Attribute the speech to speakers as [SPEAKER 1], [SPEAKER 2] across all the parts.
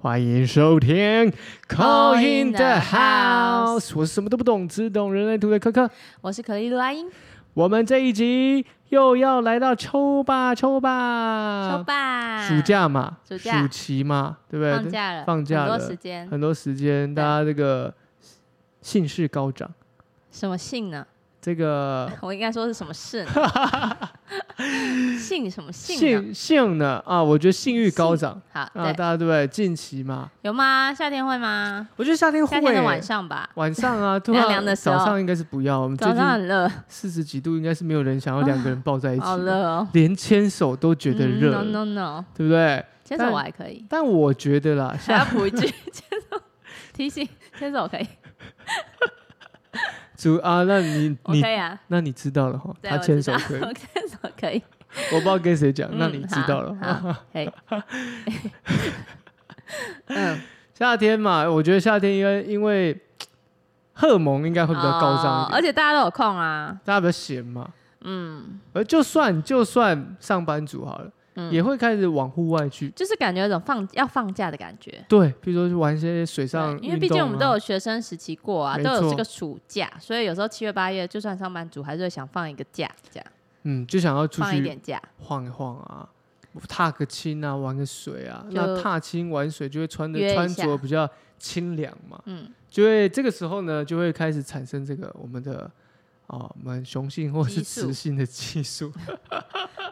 [SPEAKER 1] 欢迎收听《Call in the
[SPEAKER 2] the
[SPEAKER 1] House
[SPEAKER 2] House》，
[SPEAKER 1] 我是什么都不懂，只懂人类图的科科。
[SPEAKER 2] 我是可丽露阿英，
[SPEAKER 1] 我们这一集又要来到抽吧抽
[SPEAKER 2] 说
[SPEAKER 1] 吧，
[SPEAKER 2] 吧，
[SPEAKER 1] 呃暑假嘛，
[SPEAKER 2] 暑假
[SPEAKER 1] 期嘛，对不对？
[SPEAKER 2] 放假了，
[SPEAKER 1] 放假
[SPEAKER 2] 很
[SPEAKER 1] 了
[SPEAKER 2] 多时间，
[SPEAKER 1] 很多时间，大家这个兴致高涨，
[SPEAKER 2] 什么姓呢？
[SPEAKER 1] 这个
[SPEAKER 2] 我应该说是什么事呢？ 姓什么姓呢？
[SPEAKER 1] 性性呢啊，我觉得性欲高涨
[SPEAKER 2] 好，
[SPEAKER 1] 啊，
[SPEAKER 2] 啊对，
[SPEAKER 1] 大家对不对？近期嘛，
[SPEAKER 2] 有吗？夏天会吗？
[SPEAKER 1] 我觉得夏天会
[SPEAKER 2] 夏天的
[SPEAKER 1] 欸
[SPEAKER 2] 晚上吧，
[SPEAKER 1] 晚上啊，对
[SPEAKER 2] 凉
[SPEAKER 1] 啊
[SPEAKER 2] 凉的时
[SPEAKER 1] 早
[SPEAKER 2] 候
[SPEAKER 1] 上应该是不要。我们最
[SPEAKER 2] 早
[SPEAKER 1] 近
[SPEAKER 2] 上很热，
[SPEAKER 1] 四十几度，应该是没有人想要两个人抱在一起
[SPEAKER 2] 好
[SPEAKER 1] 吧，
[SPEAKER 2] 热哦，
[SPEAKER 1] 连牵手都觉得
[SPEAKER 2] 嗯
[SPEAKER 1] 热，
[SPEAKER 2] No no no，
[SPEAKER 1] 对不对？
[SPEAKER 2] 牵手我还可以，
[SPEAKER 1] 但我觉得啦，
[SPEAKER 2] 还
[SPEAKER 1] 像
[SPEAKER 2] 要补一句 牵手提醒，牵手我可以，
[SPEAKER 1] 主啊，那 你
[SPEAKER 2] 我
[SPEAKER 1] 你
[SPEAKER 2] 可以啊，
[SPEAKER 1] 那你知道了哈，
[SPEAKER 2] 对
[SPEAKER 1] 他
[SPEAKER 2] 我
[SPEAKER 1] 牵
[SPEAKER 2] 知
[SPEAKER 1] 手
[SPEAKER 2] 道
[SPEAKER 1] 可以，
[SPEAKER 2] 我牵手可以，
[SPEAKER 1] 我不知道跟谁讲，那
[SPEAKER 2] 嗯
[SPEAKER 1] 你知道了。
[SPEAKER 2] 好 好可以， 嗯，
[SPEAKER 1] 夏天嘛，我觉得夏天应该因为荷尔蒙应该会比较高涨一
[SPEAKER 2] 哦
[SPEAKER 1] 点，
[SPEAKER 2] 而且大家都有空啊，
[SPEAKER 1] 大家比较闲嘛。
[SPEAKER 2] 嗯，
[SPEAKER 1] 而就算就算上班族好了，
[SPEAKER 2] 嗯
[SPEAKER 1] 也会开始往户外去。
[SPEAKER 2] 就是感觉有种放要放假的感觉。
[SPEAKER 1] 对，比如说去玩一些水上、啊
[SPEAKER 2] 对因为毕竟我们都有学生时期过啊，
[SPEAKER 1] 没
[SPEAKER 2] 都有
[SPEAKER 1] 错
[SPEAKER 2] 这个暑假，所以有时候七月八月，就算上班族还是会想放一个假，这样
[SPEAKER 1] 嗯，就想要出
[SPEAKER 2] 放一
[SPEAKER 1] 去
[SPEAKER 2] 点假。
[SPEAKER 1] 晃一晃啊，踏个青啊，玩个水啊。那
[SPEAKER 2] 就
[SPEAKER 1] 踏青玩水就会穿的
[SPEAKER 2] 约一
[SPEAKER 1] 穿
[SPEAKER 2] 下
[SPEAKER 1] 着比较清凉嘛，
[SPEAKER 2] 嗯，
[SPEAKER 1] 就会这个时候呢，就会开始产生这个我们的啊、我们雄性或是
[SPEAKER 2] 激素
[SPEAKER 1] 雌性的激 素，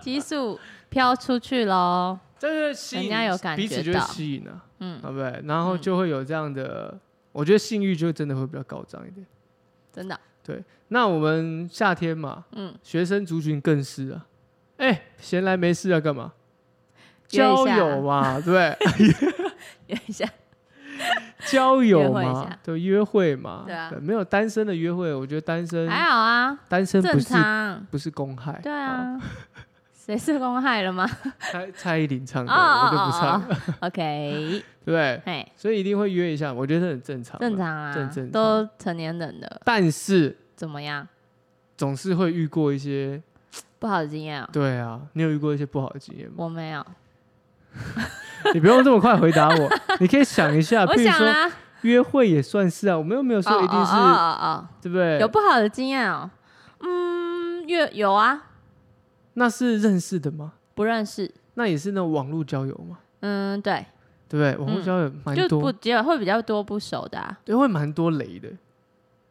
[SPEAKER 2] 激素飘出去喽。
[SPEAKER 1] 这是吸
[SPEAKER 2] 人
[SPEAKER 1] 引
[SPEAKER 2] 家有感
[SPEAKER 1] 彼此
[SPEAKER 2] 觉
[SPEAKER 1] 就会
[SPEAKER 2] 到
[SPEAKER 1] 吸引啊，
[SPEAKER 2] 嗯，
[SPEAKER 1] 对不对？然后
[SPEAKER 2] 嗯
[SPEAKER 1] 就会有这样的，我觉得性欲就真的会比较高涨一点。
[SPEAKER 2] 真的，
[SPEAKER 1] 那我们夏天嘛，
[SPEAKER 2] 嗯，
[SPEAKER 1] 学生族群更是啊，哎、闲来没事要干嘛？
[SPEAKER 2] 约一
[SPEAKER 1] 交
[SPEAKER 2] 下
[SPEAKER 1] 友嘛，对不对？
[SPEAKER 2] 约一下。
[SPEAKER 1] 交友
[SPEAKER 2] 约会一
[SPEAKER 1] 嘛
[SPEAKER 2] 下，
[SPEAKER 1] 对，约会嘛，
[SPEAKER 2] 对啊
[SPEAKER 1] 没有单身的约会，我觉得单身
[SPEAKER 2] 还好啊，
[SPEAKER 1] 单身不
[SPEAKER 2] 正
[SPEAKER 1] 是
[SPEAKER 2] 常。
[SPEAKER 1] 不是公害，
[SPEAKER 2] 对
[SPEAKER 1] 哦，
[SPEAKER 2] 啊，谁是公害了吗？
[SPEAKER 1] 蔡蔡依林唱
[SPEAKER 2] 哦
[SPEAKER 1] 的我
[SPEAKER 2] 哦
[SPEAKER 1] 就不唱了，
[SPEAKER 2] 哦哦，OK，
[SPEAKER 1] 对不对？
[SPEAKER 2] 嘿，
[SPEAKER 1] 所以一定会约一下，我觉得很正常，
[SPEAKER 2] 正。常啊
[SPEAKER 1] 正正常，
[SPEAKER 2] 都成年人了，
[SPEAKER 1] 但是
[SPEAKER 2] 怎么样？
[SPEAKER 1] 总是会遇过一些，
[SPEAKER 2] 不好的经验哦，
[SPEAKER 1] 对啊，你有遇过一些不好的经验吗？
[SPEAKER 2] 我没有，
[SPEAKER 1] 啊你不用这么快回答 我，你可以想一下，
[SPEAKER 2] 我
[SPEAKER 1] 譬如
[SPEAKER 2] 想啊
[SPEAKER 1] 说
[SPEAKER 2] 啦，
[SPEAKER 1] 约会也算是啊，我们又没有说一定是，
[SPEAKER 2] 哦哦哦哦哦
[SPEAKER 1] 对不对？
[SPEAKER 2] 有不好的经验哦。嗯，越有啊，
[SPEAKER 1] 那是认识的吗？
[SPEAKER 2] 不认识。
[SPEAKER 1] 那也是那种网络交友嘛，
[SPEAKER 2] 嗯，对，
[SPEAKER 1] 对不对？网络
[SPEAKER 2] 嗯
[SPEAKER 1] 交友蛮
[SPEAKER 2] 就
[SPEAKER 1] 多，
[SPEAKER 2] 不也会比较多不熟的、啊。
[SPEAKER 1] 对，会蛮多雷的，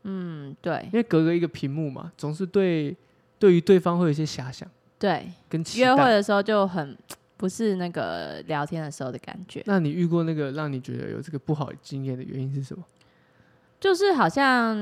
[SPEAKER 2] 嗯，对
[SPEAKER 1] 因为隔个一个屏幕嘛，总是对对于对方会有一些遐想
[SPEAKER 2] 对，
[SPEAKER 1] 跟期
[SPEAKER 2] 约会
[SPEAKER 1] 待。
[SPEAKER 2] 的时候就很不是那个聊天的时候的感觉，
[SPEAKER 1] 那你遇过那个让你觉得有这个不好的经验的原因是什么？
[SPEAKER 2] 就是好像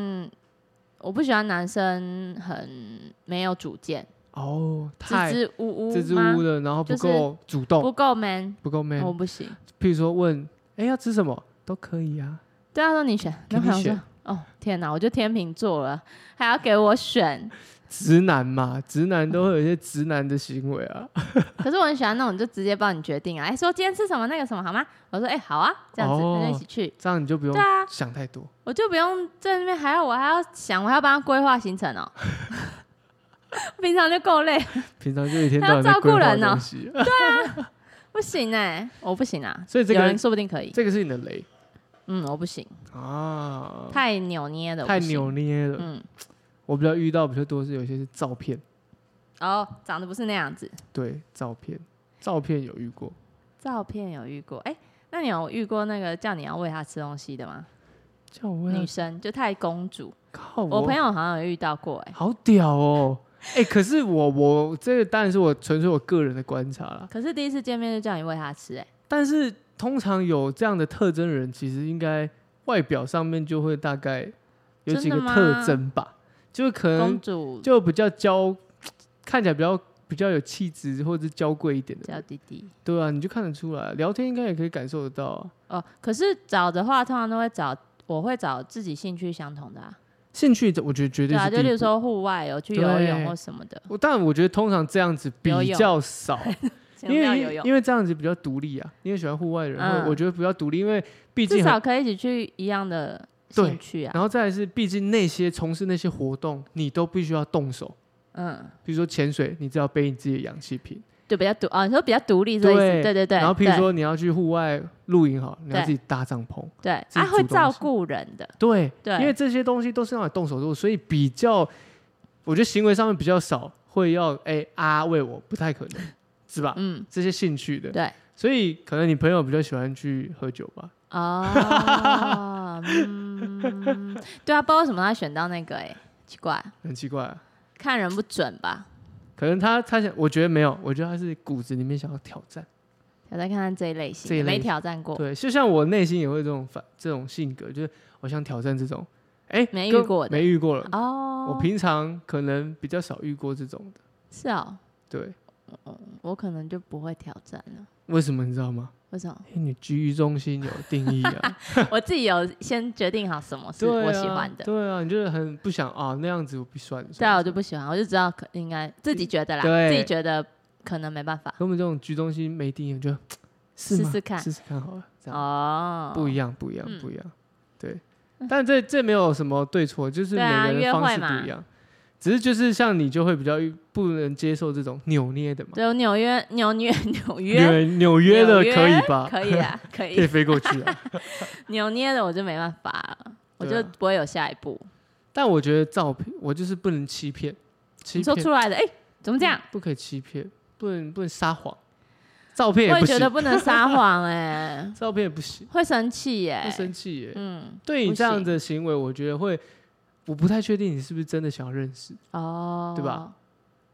[SPEAKER 2] 我不喜欢男生很没有主见，
[SPEAKER 1] 哦，
[SPEAKER 2] 支
[SPEAKER 1] 太
[SPEAKER 2] 支吾吾
[SPEAKER 1] 支支
[SPEAKER 2] 吗
[SPEAKER 1] 吾吾的，然后不
[SPEAKER 2] 就是
[SPEAKER 1] 够主动，
[SPEAKER 2] 不够 man，
[SPEAKER 1] 不够哦 man。
[SPEAKER 2] 我不行。
[SPEAKER 1] 譬如说问，哎，要吃什么都可以啊，
[SPEAKER 2] 对啊，说你选，
[SPEAKER 1] 给
[SPEAKER 2] 然
[SPEAKER 1] 你
[SPEAKER 2] 后我
[SPEAKER 1] 选
[SPEAKER 2] 说哦天哪，我就天秤座了，还要给我选，
[SPEAKER 1] 直男嘛，直男都会有一些直男的行为 啊。
[SPEAKER 2] 可是我很喜欢那种就直接帮你决定啊，哎，说今天吃什么那个什么好吗？我说哎、好啊，这样子、
[SPEAKER 1] 哦
[SPEAKER 2] 那就一起去。
[SPEAKER 1] 这样你就不用
[SPEAKER 2] 对啊，
[SPEAKER 1] 想太多。
[SPEAKER 2] 我就不用在那边还要我还要想我还要帮他规划行程哦， 平常就够累，
[SPEAKER 1] 平常就一天
[SPEAKER 2] 还
[SPEAKER 1] 到
[SPEAKER 2] 要
[SPEAKER 1] 晚在
[SPEAKER 2] 照
[SPEAKER 1] 规
[SPEAKER 2] 顾
[SPEAKER 1] 划
[SPEAKER 2] 人呢
[SPEAKER 1] 东西，啊
[SPEAKER 2] 不行哎、我不行啊，
[SPEAKER 1] 所以这个
[SPEAKER 2] 有人说不定可以，
[SPEAKER 1] 这个是你的雷
[SPEAKER 2] 嗯，我不行，
[SPEAKER 1] 啊，
[SPEAKER 2] 太扭捏的，
[SPEAKER 1] 太
[SPEAKER 2] 我不行，
[SPEAKER 1] 扭捏了。
[SPEAKER 2] 嗯，
[SPEAKER 1] 我比较遇到比较多是有一些是照片，
[SPEAKER 2] 哦，长得不是那样子，
[SPEAKER 1] 对，照片，照片有遇过，
[SPEAKER 2] 照片有遇过，哎、那你有遇过那个叫你要喂他吃东西的吗？
[SPEAKER 1] 叫我
[SPEAKER 2] 女
[SPEAKER 1] 要
[SPEAKER 2] 生就太公主，
[SPEAKER 1] 靠
[SPEAKER 2] 我朋友好像有遇到过、哎，
[SPEAKER 1] 好屌哦，哎、可是我我这个当然是我纯粹我个人的观察啦，
[SPEAKER 2] 可是第一次见面就叫你喂他吃、哎，
[SPEAKER 1] 但是通常有这样的特征的人，其实应该外表上面就会大概有几个
[SPEAKER 2] 真的吗
[SPEAKER 1] 特征吧，就可能
[SPEAKER 2] 公主
[SPEAKER 1] 就比较娇，看起来比较比较有气质或者是娇贵一点的
[SPEAKER 2] 叫
[SPEAKER 1] 人，
[SPEAKER 2] 弟弟。
[SPEAKER 1] 对啊，你就看得出来，聊天应该也可以感受得到、啊。
[SPEAKER 2] 哦，可是找的话，通常都会找，我会找自己兴趣相同的啊。
[SPEAKER 1] 兴趣，我觉得绝
[SPEAKER 2] 对
[SPEAKER 1] 对
[SPEAKER 2] 啊，
[SPEAKER 1] 是
[SPEAKER 2] 就
[SPEAKER 1] 第
[SPEAKER 2] 例
[SPEAKER 1] 一
[SPEAKER 2] 如
[SPEAKER 1] 步。
[SPEAKER 2] 说户外有去游泳或什么的，
[SPEAKER 1] 我但我觉得通常这样子比
[SPEAKER 2] 游泳
[SPEAKER 1] 较少，
[SPEAKER 2] 想
[SPEAKER 1] 因
[SPEAKER 2] 要
[SPEAKER 1] 为
[SPEAKER 2] 游泳，
[SPEAKER 1] 因为这样子比较独立啊。你也喜欢户外的人，
[SPEAKER 2] 嗯
[SPEAKER 1] 会我觉得比较独立，因为毕
[SPEAKER 2] 至
[SPEAKER 1] 竟很
[SPEAKER 2] 少可以一起去一样的
[SPEAKER 1] 对
[SPEAKER 2] 兴趣啊。
[SPEAKER 1] 然后再来是，毕竟那些从事那些活动，你都必须要动手。
[SPEAKER 2] 嗯，
[SPEAKER 1] 比如说潜水，你只要背你自己的氧气瓶；
[SPEAKER 2] 就比较独啊，你说比较独立这个意思，对对对。
[SPEAKER 1] 然后譬如
[SPEAKER 2] 对
[SPEAKER 1] 说你要去户外露营好，你要
[SPEAKER 2] 对
[SPEAKER 1] 自己搭帐篷，
[SPEAKER 2] 对，
[SPEAKER 1] 自己
[SPEAKER 2] 啊，会
[SPEAKER 1] 主动
[SPEAKER 2] 照
[SPEAKER 1] 性
[SPEAKER 2] 顾人的，
[SPEAKER 1] 对，
[SPEAKER 2] 对
[SPEAKER 1] 因为这些东西都是让你动手做，所以比较，我觉得行为上面比较少会要哎、啊喂我，不太可能，是吧？
[SPEAKER 2] 嗯，
[SPEAKER 1] 这些兴趣的，
[SPEAKER 2] 对。
[SPEAKER 1] 所以可能你朋友比较喜欢去喝酒吧，
[SPEAKER 2] 哦，嗯，对啊，不知道为什么他选到那个、欸，哎，奇怪，
[SPEAKER 1] 很奇怪、啊。
[SPEAKER 2] 看人不准吧？
[SPEAKER 1] 可能他他想，我觉得没有，我觉得他是骨子里面想要挑战。
[SPEAKER 2] 挑战看看这一类型
[SPEAKER 1] 这一
[SPEAKER 2] 的，
[SPEAKER 1] 类
[SPEAKER 2] 没
[SPEAKER 1] 型
[SPEAKER 2] 挑战过，
[SPEAKER 1] 对，就像我内心也会这种反这种性格，就是我想挑战这种，哎、
[SPEAKER 2] 没
[SPEAKER 1] 跟
[SPEAKER 2] 遇过的
[SPEAKER 1] 没遇过了。
[SPEAKER 2] 哦，
[SPEAKER 1] 我平常可能比较少遇过这种的，
[SPEAKER 2] 是哦，
[SPEAKER 1] 对，
[SPEAKER 2] 我可能就不会挑战了。
[SPEAKER 1] 为什么你知道吗？
[SPEAKER 2] 为什么？
[SPEAKER 1] 因为你居于中心有定义啊，
[SPEAKER 2] 我自己有先决定好什么 是
[SPEAKER 1] 对啊
[SPEAKER 2] 我喜欢的，
[SPEAKER 1] 对啊，你就是很不想啊那样子我不算，
[SPEAKER 2] 对啊，我就不喜欢，我就知道可应该自己觉得啦，
[SPEAKER 1] 对
[SPEAKER 2] 自己觉得可能没办法
[SPEAKER 1] 跟我们这种居中心没定义，我就是
[SPEAKER 2] 试
[SPEAKER 1] 吗
[SPEAKER 2] 试看
[SPEAKER 1] 试试看好了，这样、
[SPEAKER 2] 哦，
[SPEAKER 1] 不一样，不一样
[SPEAKER 2] 嗯，
[SPEAKER 1] 不一样，对， 但这这没有什么对错，就是每
[SPEAKER 2] 对啊
[SPEAKER 1] 个人
[SPEAKER 2] 约
[SPEAKER 1] 方
[SPEAKER 2] 会
[SPEAKER 1] 式
[SPEAKER 2] 嘛
[SPEAKER 1] 不一样。只是就是像你就会比较不能接受这种扭捏的嘛，
[SPEAKER 2] 对，纽约，纽约，纽约，
[SPEAKER 1] 约纽约的
[SPEAKER 2] 纽约
[SPEAKER 1] 可以吧？
[SPEAKER 2] 可以 啊，可
[SPEAKER 1] 可以
[SPEAKER 2] 以。
[SPEAKER 1] 飞过去 啊。
[SPEAKER 2] 扭捏的我就没办法了，我
[SPEAKER 1] 对
[SPEAKER 2] 就
[SPEAKER 1] 啊
[SPEAKER 2] 不会有下一步。
[SPEAKER 1] 但我觉得照片，我就是不能欺骗，欺
[SPEAKER 2] 你说
[SPEAKER 1] 骗
[SPEAKER 2] 出来的，哎，怎么这样？
[SPEAKER 1] 不可以欺骗，不能不能撒谎，照片
[SPEAKER 2] 我
[SPEAKER 1] 也
[SPEAKER 2] 也
[SPEAKER 1] 不
[SPEAKER 2] 觉得
[SPEAKER 1] 行，
[SPEAKER 2] 不能撒 谎，哎，
[SPEAKER 1] 照片也不行，
[SPEAKER 2] 会生气耶
[SPEAKER 1] 会。生气耶。
[SPEAKER 2] 嗯，
[SPEAKER 1] 对你
[SPEAKER 2] 不
[SPEAKER 1] 这样
[SPEAKER 2] 行
[SPEAKER 1] 的行为，我觉得会，我不太确定你是不是真的想要认识，
[SPEAKER 2] 哦，
[SPEAKER 1] 对吧？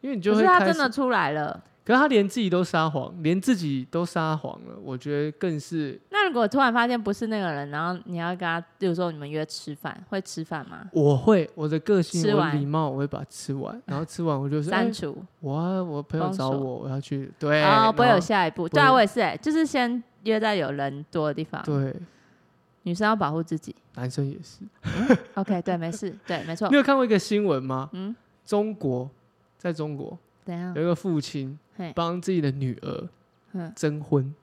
[SPEAKER 1] 因为你就
[SPEAKER 2] 可
[SPEAKER 1] 会
[SPEAKER 2] 是他
[SPEAKER 1] 开
[SPEAKER 2] 真
[SPEAKER 1] 始
[SPEAKER 2] 的，出来了。
[SPEAKER 1] 可是他连自己都撒谎，连自己都撒谎了，我觉得更是
[SPEAKER 2] 那如果突然发现不是那个人，然后你要跟他，比如说你们约吃饭，会吃饭吗？
[SPEAKER 1] 我会我的个性，
[SPEAKER 2] 吃
[SPEAKER 1] 我
[SPEAKER 2] 完
[SPEAKER 1] 礼貌，我会把它吃 完，然后吃完我就说，哎
[SPEAKER 2] 删，除
[SPEAKER 1] 我啊我朋友
[SPEAKER 2] 封
[SPEAKER 1] 找
[SPEAKER 2] 锁
[SPEAKER 1] 我，我要去，对，
[SPEAKER 2] 哦，不会
[SPEAKER 1] 然后
[SPEAKER 2] 有下一步。
[SPEAKER 1] 不
[SPEAKER 2] 对啊，
[SPEAKER 1] 会
[SPEAKER 2] 我也是，哎，就是先约在有人多的地方。
[SPEAKER 1] 对，
[SPEAKER 2] 女生要保护自己。
[SPEAKER 1] 男生也是。
[SPEAKER 2] OK，对，没事，对，没错
[SPEAKER 1] 你。有看过一个新闻吗？
[SPEAKER 2] 哦嗯
[SPEAKER 1] 中国在中国
[SPEAKER 2] 怎样
[SPEAKER 1] 有？一个父亲
[SPEAKER 2] 嘿，
[SPEAKER 1] 帮自己的女儿
[SPEAKER 2] 嗯，
[SPEAKER 1] 征婚，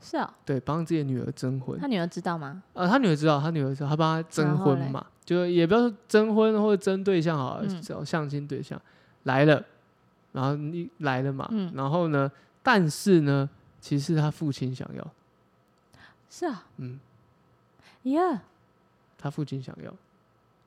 [SPEAKER 2] 是哦，
[SPEAKER 1] 对，帮自己的女儿征婚
[SPEAKER 2] 他。女儿知道吗？
[SPEAKER 1] 呃，他女儿知道，他女儿知道，他帮他征
[SPEAKER 2] 然后
[SPEAKER 1] 婚
[SPEAKER 2] 嘞
[SPEAKER 1] 嘛，就也不要说征婚或者征对象好了，
[SPEAKER 2] 嗯
[SPEAKER 1] 找相亲对象来了，然后你来了嘛，
[SPEAKER 2] 嗯
[SPEAKER 1] 然后呢，但是呢，其实他父亲想要，
[SPEAKER 2] 是啊，
[SPEAKER 1] 嗯，
[SPEAKER 2] 耶，
[SPEAKER 1] 他父亲想要
[SPEAKER 2] 啊，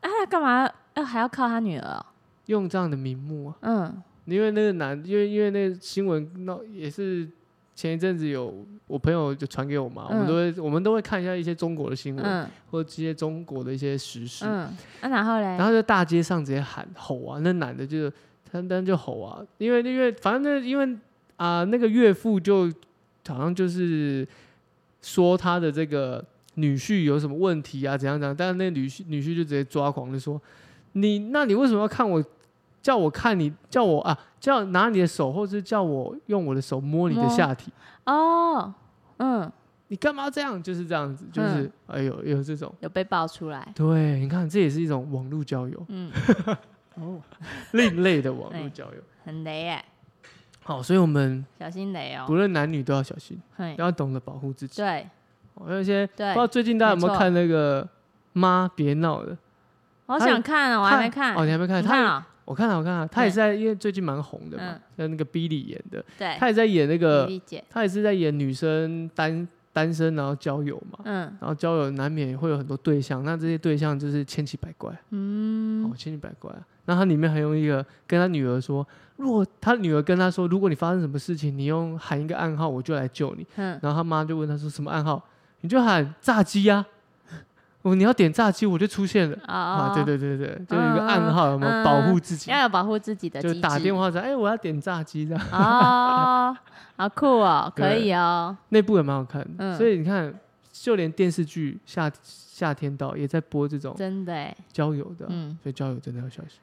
[SPEAKER 2] 他干嘛要还要靠他女儿哦？
[SPEAKER 1] 用这样的名目啊，
[SPEAKER 2] 嗯，
[SPEAKER 1] 因为那个男，因为因为那个新闻闹也是前一阵子有我朋友就传给我嘛，我们
[SPEAKER 2] 嗯
[SPEAKER 1] 都会我们都会看一下一些中国的新闻、
[SPEAKER 2] 嗯
[SPEAKER 1] 或者这些中国的一些时事，
[SPEAKER 2] 嗯，那然后嘞
[SPEAKER 1] 哎然，后在大街上直接喊吼啊，那男的就是他他就吼啊，因为因为反正那因为啊、那个岳父就好像就是说他的这个女婿有什么问题啊怎样怎样，但是那女婿女婿就直接抓狂就说你那你为什么要看我？叫我看你，叫我啊，叫拿你的手，或是叫我用我的手摸你的
[SPEAKER 2] 摸
[SPEAKER 1] 下体，
[SPEAKER 2] 哦，嗯，
[SPEAKER 1] 你干嘛这样？就是这样子，就是、
[SPEAKER 2] 嗯
[SPEAKER 1] 哎呦，有这种，
[SPEAKER 2] 有被爆出来，
[SPEAKER 1] 对，你看这也是一种网络交友，
[SPEAKER 2] 嗯，哦，
[SPEAKER 1] 另类的网络
[SPEAKER 2] 哎
[SPEAKER 1] 交友。
[SPEAKER 2] 很雷耶，
[SPEAKER 1] 好，所以我们
[SPEAKER 2] 小心雷
[SPEAKER 1] 不
[SPEAKER 2] 哦，
[SPEAKER 1] 论男女都要小心，
[SPEAKER 2] 嘿，
[SPEAKER 1] 要懂得保护自己。
[SPEAKER 2] 哎对
[SPEAKER 1] 哦还有一些不
[SPEAKER 2] 对
[SPEAKER 1] 知，道最近大家有没有
[SPEAKER 2] 没错
[SPEAKER 1] 看那个《妈别闹了》？
[SPEAKER 2] 好想看啊，我还没看
[SPEAKER 1] 哦，，你还没看？
[SPEAKER 2] 你看
[SPEAKER 1] 他
[SPEAKER 2] 啊，
[SPEAKER 1] 我看了，我看了，他也
[SPEAKER 2] 嗯
[SPEAKER 1] 是在，因为最近蛮红的嘛，像那个 Billy 演的，
[SPEAKER 2] 对，
[SPEAKER 1] 他也在演那个，
[SPEAKER 2] 理解，
[SPEAKER 1] 他也是在演女生单单身然后交友嘛，
[SPEAKER 2] 嗯
[SPEAKER 1] 然后交友难免会有很多对象，那这些对象就是千奇百怪，哦
[SPEAKER 2] 嗯，，
[SPEAKER 1] 千奇百怪啊。那他里面还用一个跟他女儿说，如果他女儿跟他说，如果你发生什么事情，你用喊一个暗号，我就来救你。
[SPEAKER 2] 嗯，
[SPEAKER 1] 然后他妈就问他说什么暗号，你就喊炸鸡呀、哦，你要点炸鸡我就出现了、
[SPEAKER 2] 哦，
[SPEAKER 1] 啊，
[SPEAKER 2] 哦
[SPEAKER 1] 对，对对对，就是一个暗号，有没有、
[SPEAKER 2] 嗯
[SPEAKER 1] 保护自己？
[SPEAKER 2] 要有保护自己的
[SPEAKER 1] 就
[SPEAKER 2] 机制，
[SPEAKER 1] 打电话说，哎、我要点炸鸡这样，
[SPEAKER 2] 哦，好酷哦，可以哦，
[SPEAKER 1] 那部也蛮好看的，
[SPEAKER 2] 嗯
[SPEAKER 1] 所以你看，就连电视剧夏夏天到也在播这种
[SPEAKER 2] 真的耶，
[SPEAKER 1] 交友哦的啊、
[SPEAKER 2] 嗯。
[SPEAKER 1] 所以交友真的要小心。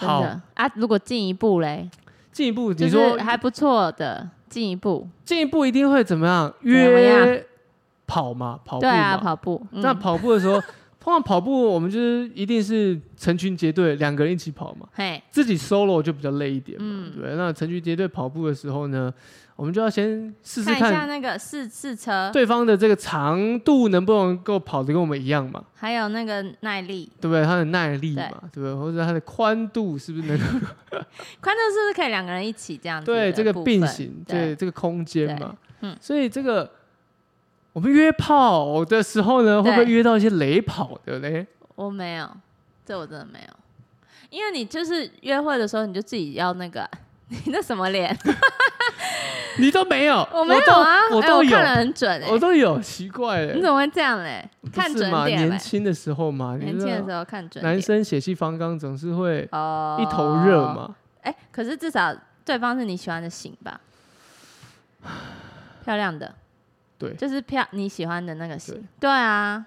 [SPEAKER 2] 真
[SPEAKER 1] 好，
[SPEAKER 2] 的啊，如果进一步嘞，
[SPEAKER 1] 进一步
[SPEAKER 2] 就
[SPEAKER 1] 你
[SPEAKER 2] 是
[SPEAKER 1] 说
[SPEAKER 2] 还不错的，进一步，
[SPEAKER 1] 进一步一定会怎么样？
[SPEAKER 2] 么样
[SPEAKER 1] 约跑嘛，跑步
[SPEAKER 2] 嗯对
[SPEAKER 1] 嘛，
[SPEAKER 2] 啊，跑步，嗯
[SPEAKER 1] 那跑步的时候，通常跑步我们就是一定是成群结队，两个人一起跑嘛。
[SPEAKER 2] 嘿，
[SPEAKER 1] 自己 solo 就比较累一点嘛，
[SPEAKER 2] 嗯
[SPEAKER 1] 对。那成群结队跑步的时候呢，我们就要先试试
[SPEAKER 2] 看一下
[SPEAKER 1] 看
[SPEAKER 2] 那个试试车，
[SPEAKER 1] 对方的这个长度能不能够跑得跟我们一样嘛，
[SPEAKER 2] 还有那个耐力，
[SPEAKER 1] 对不对？它的耐力嘛，对不对？或者它的宽度是不是能够
[SPEAKER 2] 宽度是不是可以两个人一起这样子？
[SPEAKER 1] 对这个并，行，
[SPEAKER 2] 对
[SPEAKER 1] 对这个空间嘛？
[SPEAKER 2] 对嗯
[SPEAKER 1] 所以这个我们约炮的时候呢，会不会
[SPEAKER 2] 对
[SPEAKER 1] 约到一些雷跑的嘞？
[SPEAKER 2] 我没有，这我真的没有，因为你就是约会的时候你就自己要那个， 你那什么脸？
[SPEAKER 1] 你都没有，
[SPEAKER 2] 我没有啊，
[SPEAKER 1] 我
[SPEAKER 2] 哎
[SPEAKER 1] 都我都有
[SPEAKER 2] 看，得很准哎、
[SPEAKER 1] 我都有，奇怪
[SPEAKER 2] 你
[SPEAKER 1] 嘞，
[SPEAKER 2] 怎么会这样嘞？看
[SPEAKER 1] 不是
[SPEAKER 2] 准
[SPEAKER 1] 嘛？
[SPEAKER 2] 点
[SPEAKER 1] 年
[SPEAKER 2] 嘞，
[SPEAKER 1] 轻的时候嘛，啊你
[SPEAKER 2] 年
[SPEAKER 1] 知
[SPEAKER 2] 轻的
[SPEAKER 1] 道
[SPEAKER 2] 时候看准
[SPEAKER 1] 男
[SPEAKER 2] 点
[SPEAKER 1] 生血气方刚，总是会
[SPEAKER 2] 哦
[SPEAKER 1] 一头热。嘛。
[SPEAKER 2] 哎、可是至少对方是你喜欢的型吧？ 漂亮的，
[SPEAKER 1] 对
[SPEAKER 2] 就是漂你喜欢的那个型，对啊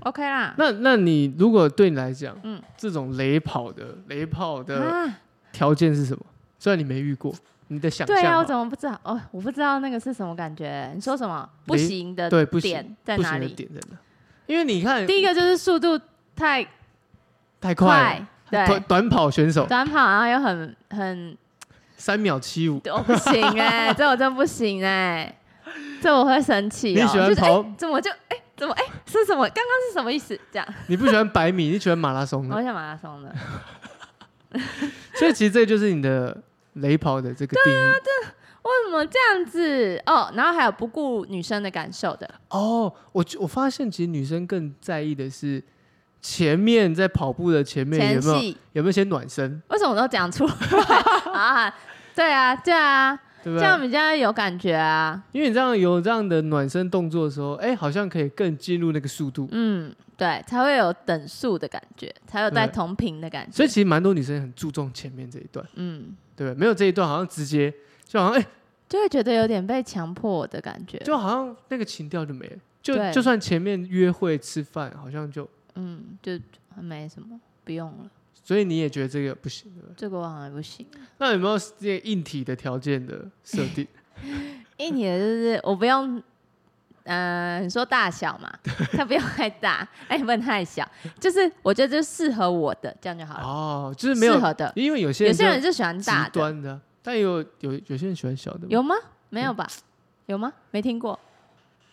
[SPEAKER 2] ，OK 啦。
[SPEAKER 1] 那那你如果对你来讲，
[SPEAKER 2] 嗯
[SPEAKER 1] 这种雷跑的雷跑的
[SPEAKER 2] 啊，
[SPEAKER 1] 条件是什么？虽然你没遇过，你的想象
[SPEAKER 2] 对啊，
[SPEAKER 1] 嘛
[SPEAKER 2] 我怎么不知道？哦，我不知道那个是什么感觉。你说什么不
[SPEAKER 1] 雷
[SPEAKER 2] 行的
[SPEAKER 1] 对不行
[SPEAKER 2] 点在
[SPEAKER 1] 不
[SPEAKER 2] 哪
[SPEAKER 1] 行的
[SPEAKER 2] 里？
[SPEAKER 1] 点在哪？因为你看
[SPEAKER 2] 第一个就是速度太
[SPEAKER 1] 太快
[SPEAKER 2] 快
[SPEAKER 1] 了，，短
[SPEAKER 2] 对，
[SPEAKER 1] 短跑选手
[SPEAKER 2] 短跑然后又很很，
[SPEAKER 1] 三秒七五，
[SPEAKER 2] 我不行哎、这我真不行哎、这我会生气、哦。
[SPEAKER 1] 你喜欢
[SPEAKER 2] 就是哎
[SPEAKER 1] 跑，
[SPEAKER 2] 怎么就哎、怎么哎、是什么？刚刚是什么意思？这样，
[SPEAKER 1] 你不喜欢百米，你喜欢马拉松
[SPEAKER 2] 我
[SPEAKER 1] 的，
[SPEAKER 2] 想马拉松的。
[SPEAKER 1] 所以其实这就是你的雷跑的这个定
[SPEAKER 2] 啊
[SPEAKER 1] 义。
[SPEAKER 2] 为什么这样子？哦，然后还有不顾女生的感受的，
[SPEAKER 1] 哦，我我发现其实女生更在意的是前面在跑步的前面
[SPEAKER 2] 前
[SPEAKER 1] 有没有
[SPEAKER 2] 戏，
[SPEAKER 1] 有没有先暖身，
[SPEAKER 2] 为什么都讲出来 啊？对啊，对啊，
[SPEAKER 1] 对不
[SPEAKER 2] 这
[SPEAKER 1] 对？
[SPEAKER 2] 样比较有感觉啊。
[SPEAKER 1] 因为你这样有这样的暖身动作的时候，哎、好像可以更进入那个速度，
[SPEAKER 2] 嗯，对，才会有等速的感觉，才有带
[SPEAKER 1] 对
[SPEAKER 2] 同频的感觉。
[SPEAKER 1] 所以其实蛮多女生很注重前面这一段，
[SPEAKER 2] 嗯，
[SPEAKER 1] 对不对？没有这一段，好像直接就好像哎、
[SPEAKER 2] 就会觉得有点被强迫的感觉。
[SPEAKER 1] 就好像那个情调就没了，就
[SPEAKER 2] 对
[SPEAKER 1] 就算前面约会吃饭，好像就，
[SPEAKER 2] 嗯，就没什么，不用了，
[SPEAKER 1] 所以你也觉得这个不行，对不对？
[SPEAKER 2] 这个我好像不 行。
[SPEAKER 1] 那有没有这个硬体的条件的设定？
[SPEAKER 2] 一年就是我不用，嗯，你说大小 嘛，它不用太大，哎，不能太小，就是我觉得就适合我的，这样 就好了，
[SPEAKER 1] 哦，就是没
[SPEAKER 2] 适
[SPEAKER 1] 有，
[SPEAKER 2] 合的。
[SPEAKER 1] 因为有些
[SPEAKER 2] 有
[SPEAKER 1] 人就
[SPEAKER 2] 些人就喜欢
[SPEAKER 1] 极
[SPEAKER 2] 大的，
[SPEAKER 1] 端的啊，但有有有些人喜欢小的嘛，
[SPEAKER 2] 有吗？没
[SPEAKER 1] 嗯
[SPEAKER 2] 有吧？有吗？没听过，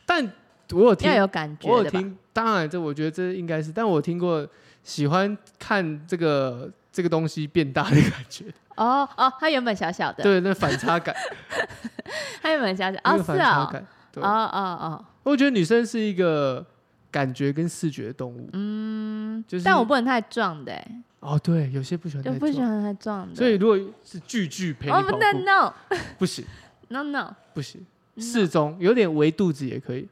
[SPEAKER 1] 但我有听
[SPEAKER 2] 要有感觉
[SPEAKER 1] 我有
[SPEAKER 2] 的吧？
[SPEAKER 1] 听，当然这我觉得这应该是，但我听过喜欢看这个这个东西变大的感觉，
[SPEAKER 2] 哦哦，它原本小小的，
[SPEAKER 1] 对，那反差 感，
[SPEAKER 2] 它原本小小，
[SPEAKER 1] 那个
[SPEAKER 2] 哦是
[SPEAKER 1] 反差
[SPEAKER 2] 哦，
[SPEAKER 1] 感，对
[SPEAKER 2] 哦哦哦，
[SPEAKER 1] 我觉得女生是一个感觉跟视觉的动物，
[SPEAKER 2] 嗯
[SPEAKER 1] 就是，
[SPEAKER 2] 但我不能太壮的，哎
[SPEAKER 1] 哦，对，有些不喜欢
[SPEAKER 2] 就
[SPEAKER 1] 太
[SPEAKER 2] 不喜
[SPEAKER 1] 壮，
[SPEAKER 2] 欢太壮的，
[SPEAKER 1] 所以如果是巨巨陪你
[SPEAKER 2] 哦
[SPEAKER 1] 跑
[SPEAKER 2] 不
[SPEAKER 1] 步，
[SPEAKER 2] 能 no
[SPEAKER 1] 不行
[SPEAKER 2] no no，
[SPEAKER 1] 不行，
[SPEAKER 2] 嗯
[SPEAKER 1] 适中，有点围肚子也可以，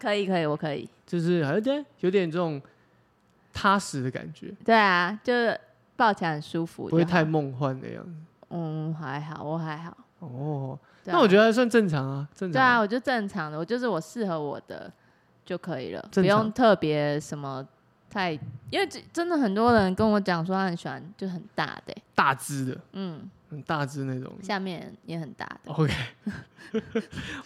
[SPEAKER 2] 可以可以，我可以。
[SPEAKER 1] 就是好像有点这种踏实的感觉，
[SPEAKER 2] 对啊，就是抱起来很舒服，
[SPEAKER 1] 不会
[SPEAKER 2] 就好
[SPEAKER 1] 太梦幻的样子。
[SPEAKER 2] 嗯还好，我还好。
[SPEAKER 1] 哦，
[SPEAKER 2] 对啊
[SPEAKER 1] 那我觉得还算正常啊，正
[SPEAKER 2] 对
[SPEAKER 1] 常
[SPEAKER 2] 啊，
[SPEAKER 1] 啊。
[SPEAKER 2] 我就正常的，我就是我适合我的就可以了，不
[SPEAKER 1] 正常
[SPEAKER 2] 用特别什么太，因为这真的很多人跟我讲说他很喜欢就很大的欸、
[SPEAKER 1] 大只的，
[SPEAKER 2] 嗯，
[SPEAKER 1] 很大只那种。
[SPEAKER 2] 下面也很大的，
[SPEAKER 1] OK，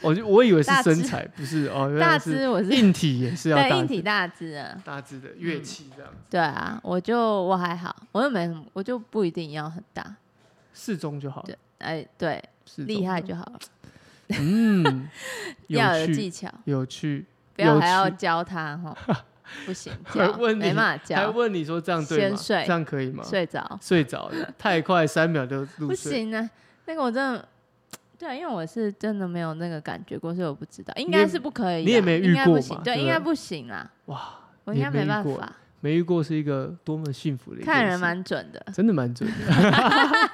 [SPEAKER 1] 我就我以为是
[SPEAKER 2] 大只
[SPEAKER 1] 身材，不是哦，原
[SPEAKER 2] 大
[SPEAKER 1] 来是
[SPEAKER 2] 只我是
[SPEAKER 1] 硬体也是要
[SPEAKER 2] 对
[SPEAKER 1] 大
[SPEAKER 2] 硬体
[SPEAKER 1] 只
[SPEAKER 2] 大只啊，
[SPEAKER 1] 大只的乐器这样，
[SPEAKER 2] 对啊，我就我还好，我又没什么，我就不一定要很大，
[SPEAKER 1] 适中就好，
[SPEAKER 2] 对哎对，
[SPEAKER 1] 适中
[SPEAKER 2] 厉害，就好了，
[SPEAKER 1] 嗯，有
[SPEAKER 2] 要有
[SPEAKER 1] 趣
[SPEAKER 2] 技巧，
[SPEAKER 1] 有趣，
[SPEAKER 2] 不要
[SPEAKER 1] 有
[SPEAKER 2] 还要
[SPEAKER 1] 趣，
[SPEAKER 2] 教他哈，不行
[SPEAKER 1] 还
[SPEAKER 2] 教
[SPEAKER 1] 问
[SPEAKER 2] 没
[SPEAKER 1] 你
[SPEAKER 2] 办法
[SPEAKER 1] 还
[SPEAKER 2] 教，
[SPEAKER 1] 问你说这样对吗？
[SPEAKER 2] 先睡
[SPEAKER 1] 这样可以吗？
[SPEAKER 2] 睡 着。
[SPEAKER 1] 睡着了，太快，三秒就入
[SPEAKER 2] 不
[SPEAKER 1] 睡，
[SPEAKER 2] 行啊，那个我真的，对啊，因为我是真的没有那个感觉过，所以我不知道，应该是不可以啊，
[SPEAKER 1] 你也没遇
[SPEAKER 2] 应该
[SPEAKER 1] 过
[SPEAKER 2] 不行
[SPEAKER 1] 嘛对
[SPEAKER 2] 对，
[SPEAKER 1] 不
[SPEAKER 2] 应该
[SPEAKER 1] 对
[SPEAKER 2] 不行啦，
[SPEAKER 1] 哇，
[SPEAKER 2] 我
[SPEAKER 1] 你
[SPEAKER 2] 应
[SPEAKER 1] 也
[SPEAKER 2] 该
[SPEAKER 1] 没遇
[SPEAKER 2] 办
[SPEAKER 1] 过
[SPEAKER 2] 法，
[SPEAKER 1] 没遇过是一个多么幸福的一件事，
[SPEAKER 2] 看人蛮准的，
[SPEAKER 1] 真的蛮准的。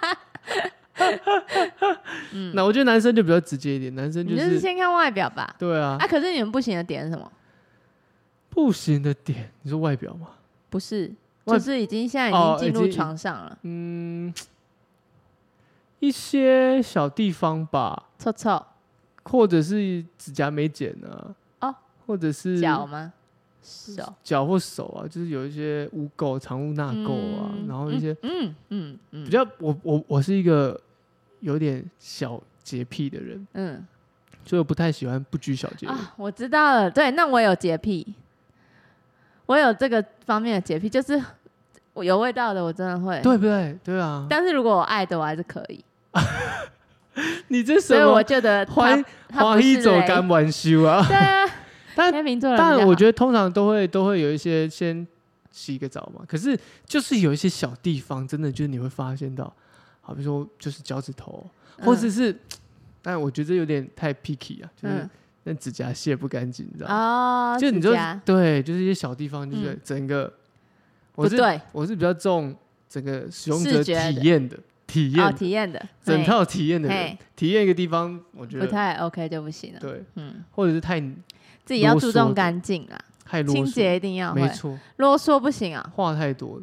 [SPEAKER 1] 那我觉得男生就比较直接一点，男生
[SPEAKER 2] 嗯你
[SPEAKER 1] 就
[SPEAKER 2] 就是
[SPEAKER 1] 是
[SPEAKER 2] 先看外表吧。
[SPEAKER 1] 对啊
[SPEAKER 2] 啊，，可是你们不行的点是什么？
[SPEAKER 1] 不行的点，你说外表吗？
[SPEAKER 2] 不是，
[SPEAKER 1] 外
[SPEAKER 2] 就是已经现在已
[SPEAKER 1] 哦
[SPEAKER 2] 经进
[SPEAKER 1] 已
[SPEAKER 2] 入
[SPEAKER 1] 经
[SPEAKER 2] 床上了，
[SPEAKER 1] 嗯，一些小地方吧，
[SPEAKER 2] 臭臭
[SPEAKER 1] 或者是指甲没剪啊，
[SPEAKER 2] 哦，
[SPEAKER 1] 或者是
[SPEAKER 2] 脚吗？手，
[SPEAKER 1] 脚或手啊，就是有一些污垢、藏污纳垢啊，
[SPEAKER 2] 嗯
[SPEAKER 1] 然后一些
[SPEAKER 2] 嗯嗯嗯
[SPEAKER 1] 比较，我我我是一个有点小洁癖的人，
[SPEAKER 2] 嗯啊
[SPEAKER 1] 所以我不太喜欢不拘小节的人。
[SPEAKER 2] 啊，我知道了，对，那我有洁癖，我有这个方面的洁癖，就是我有味道的我真的会，
[SPEAKER 1] 对不对？对啊，
[SPEAKER 2] 但是如果我爱的我还是可以，
[SPEAKER 1] 你这
[SPEAKER 2] 所
[SPEAKER 1] 什
[SPEAKER 2] 以我
[SPEAKER 1] 么
[SPEAKER 2] 觉得他
[SPEAKER 1] 欢
[SPEAKER 2] 他不
[SPEAKER 1] 欢
[SPEAKER 2] 是
[SPEAKER 1] 喜走
[SPEAKER 2] 雷
[SPEAKER 1] 干玩修啊？
[SPEAKER 2] 对啊，
[SPEAKER 1] 但
[SPEAKER 2] 天秤座人比较好，
[SPEAKER 1] 但我觉得通常都会都会有一些先洗个澡嘛，可是就是有一些小地方，真的就是你会发现到，好比说就是脚趾头，或者
[SPEAKER 2] 嗯
[SPEAKER 1] 是，但我觉得这有点太 picky 啊，就是那指甲卸不干净，你知道
[SPEAKER 2] 嗯
[SPEAKER 1] 吗？
[SPEAKER 2] 哦，
[SPEAKER 1] 就你
[SPEAKER 2] 指
[SPEAKER 1] 就
[SPEAKER 2] 甲
[SPEAKER 1] 对，就是一些小地方，就是
[SPEAKER 2] 嗯
[SPEAKER 1] 整个，我
[SPEAKER 2] 不
[SPEAKER 1] 是
[SPEAKER 2] 对
[SPEAKER 1] 我是比较重整个使用
[SPEAKER 2] 视
[SPEAKER 1] 者体
[SPEAKER 2] 觉的
[SPEAKER 1] 验的体
[SPEAKER 2] 哦，
[SPEAKER 1] 验的，
[SPEAKER 2] 体验的
[SPEAKER 1] 整
[SPEAKER 2] 嘿
[SPEAKER 1] 套体验的人
[SPEAKER 2] 嘿，
[SPEAKER 1] 体验一个地方，我觉
[SPEAKER 2] 不
[SPEAKER 1] 得
[SPEAKER 2] 太 OK 就不行了，
[SPEAKER 1] 对，
[SPEAKER 2] 嗯，
[SPEAKER 1] 或者是太
[SPEAKER 2] 自己要
[SPEAKER 1] 啰
[SPEAKER 2] 注
[SPEAKER 1] 嗦的
[SPEAKER 2] 重干净啦，
[SPEAKER 1] 太啰
[SPEAKER 2] 清
[SPEAKER 1] 嗦，
[SPEAKER 2] 洁一定要
[SPEAKER 1] 没
[SPEAKER 2] 会，
[SPEAKER 1] 错，
[SPEAKER 2] 啰嗦不行啊，
[SPEAKER 1] 话太多了。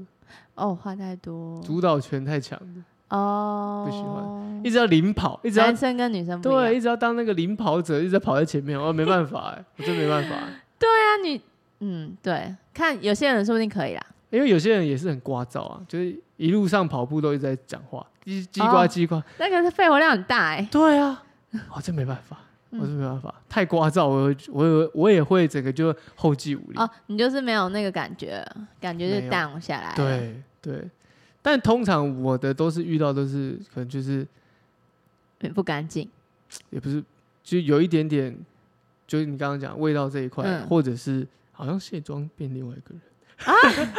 [SPEAKER 2] 哦，话太多，
[SPEAKER 1] 主导权太强了，
[SPEAKER 2] 哦，
[SPEAKER 1] 不喜欢一直要领跑，一直要
[SPEAKER 2] 男生跟女生不一样
[SPEAKER 1] 对，一，直要当那个领跑者，一直在跑在前面， 我、没办法哎、我真没办法欸、
[SPEAKER 2] 那你嗯，对，看有些人说不定可以啦，
[SPEAKER 1] 因为有些人也是很聒噪啊，就是一路上跑步都一直在讲话，叽叽呱
[SPEAKER 2] 哦
[SPEAKER 1] 叽呱，
[SPEAKER 2] 那个是肺活量很大哎、
[SPEAKER 1] 对啊，我、真没办法，
[SPEAKER 2] 嗯
[SPEAKER 1] 我真没办法，太聒噪，我会我也会我也会整个就后继无力，
[SPEAKER 2] 哦，你就是没有那个感觉，感觉
[SPEAKER 1] 没
[SPEAKER 2] 就
[SPEAKER 1] 有
[SPEAKER 2] down 下来了。啊
[SPEAKER 1] 对对，但通常我的都是遇到都是可能就是
[SPEAKER 2] 嗯，不干净。
[SPEAKER 1] 也不是，就有一点点，就是你刚刚讲味道这一块，
[SPEAKER 2] 嗯
[SPEAKER 1] 或者是好像卸妆变另外一个人，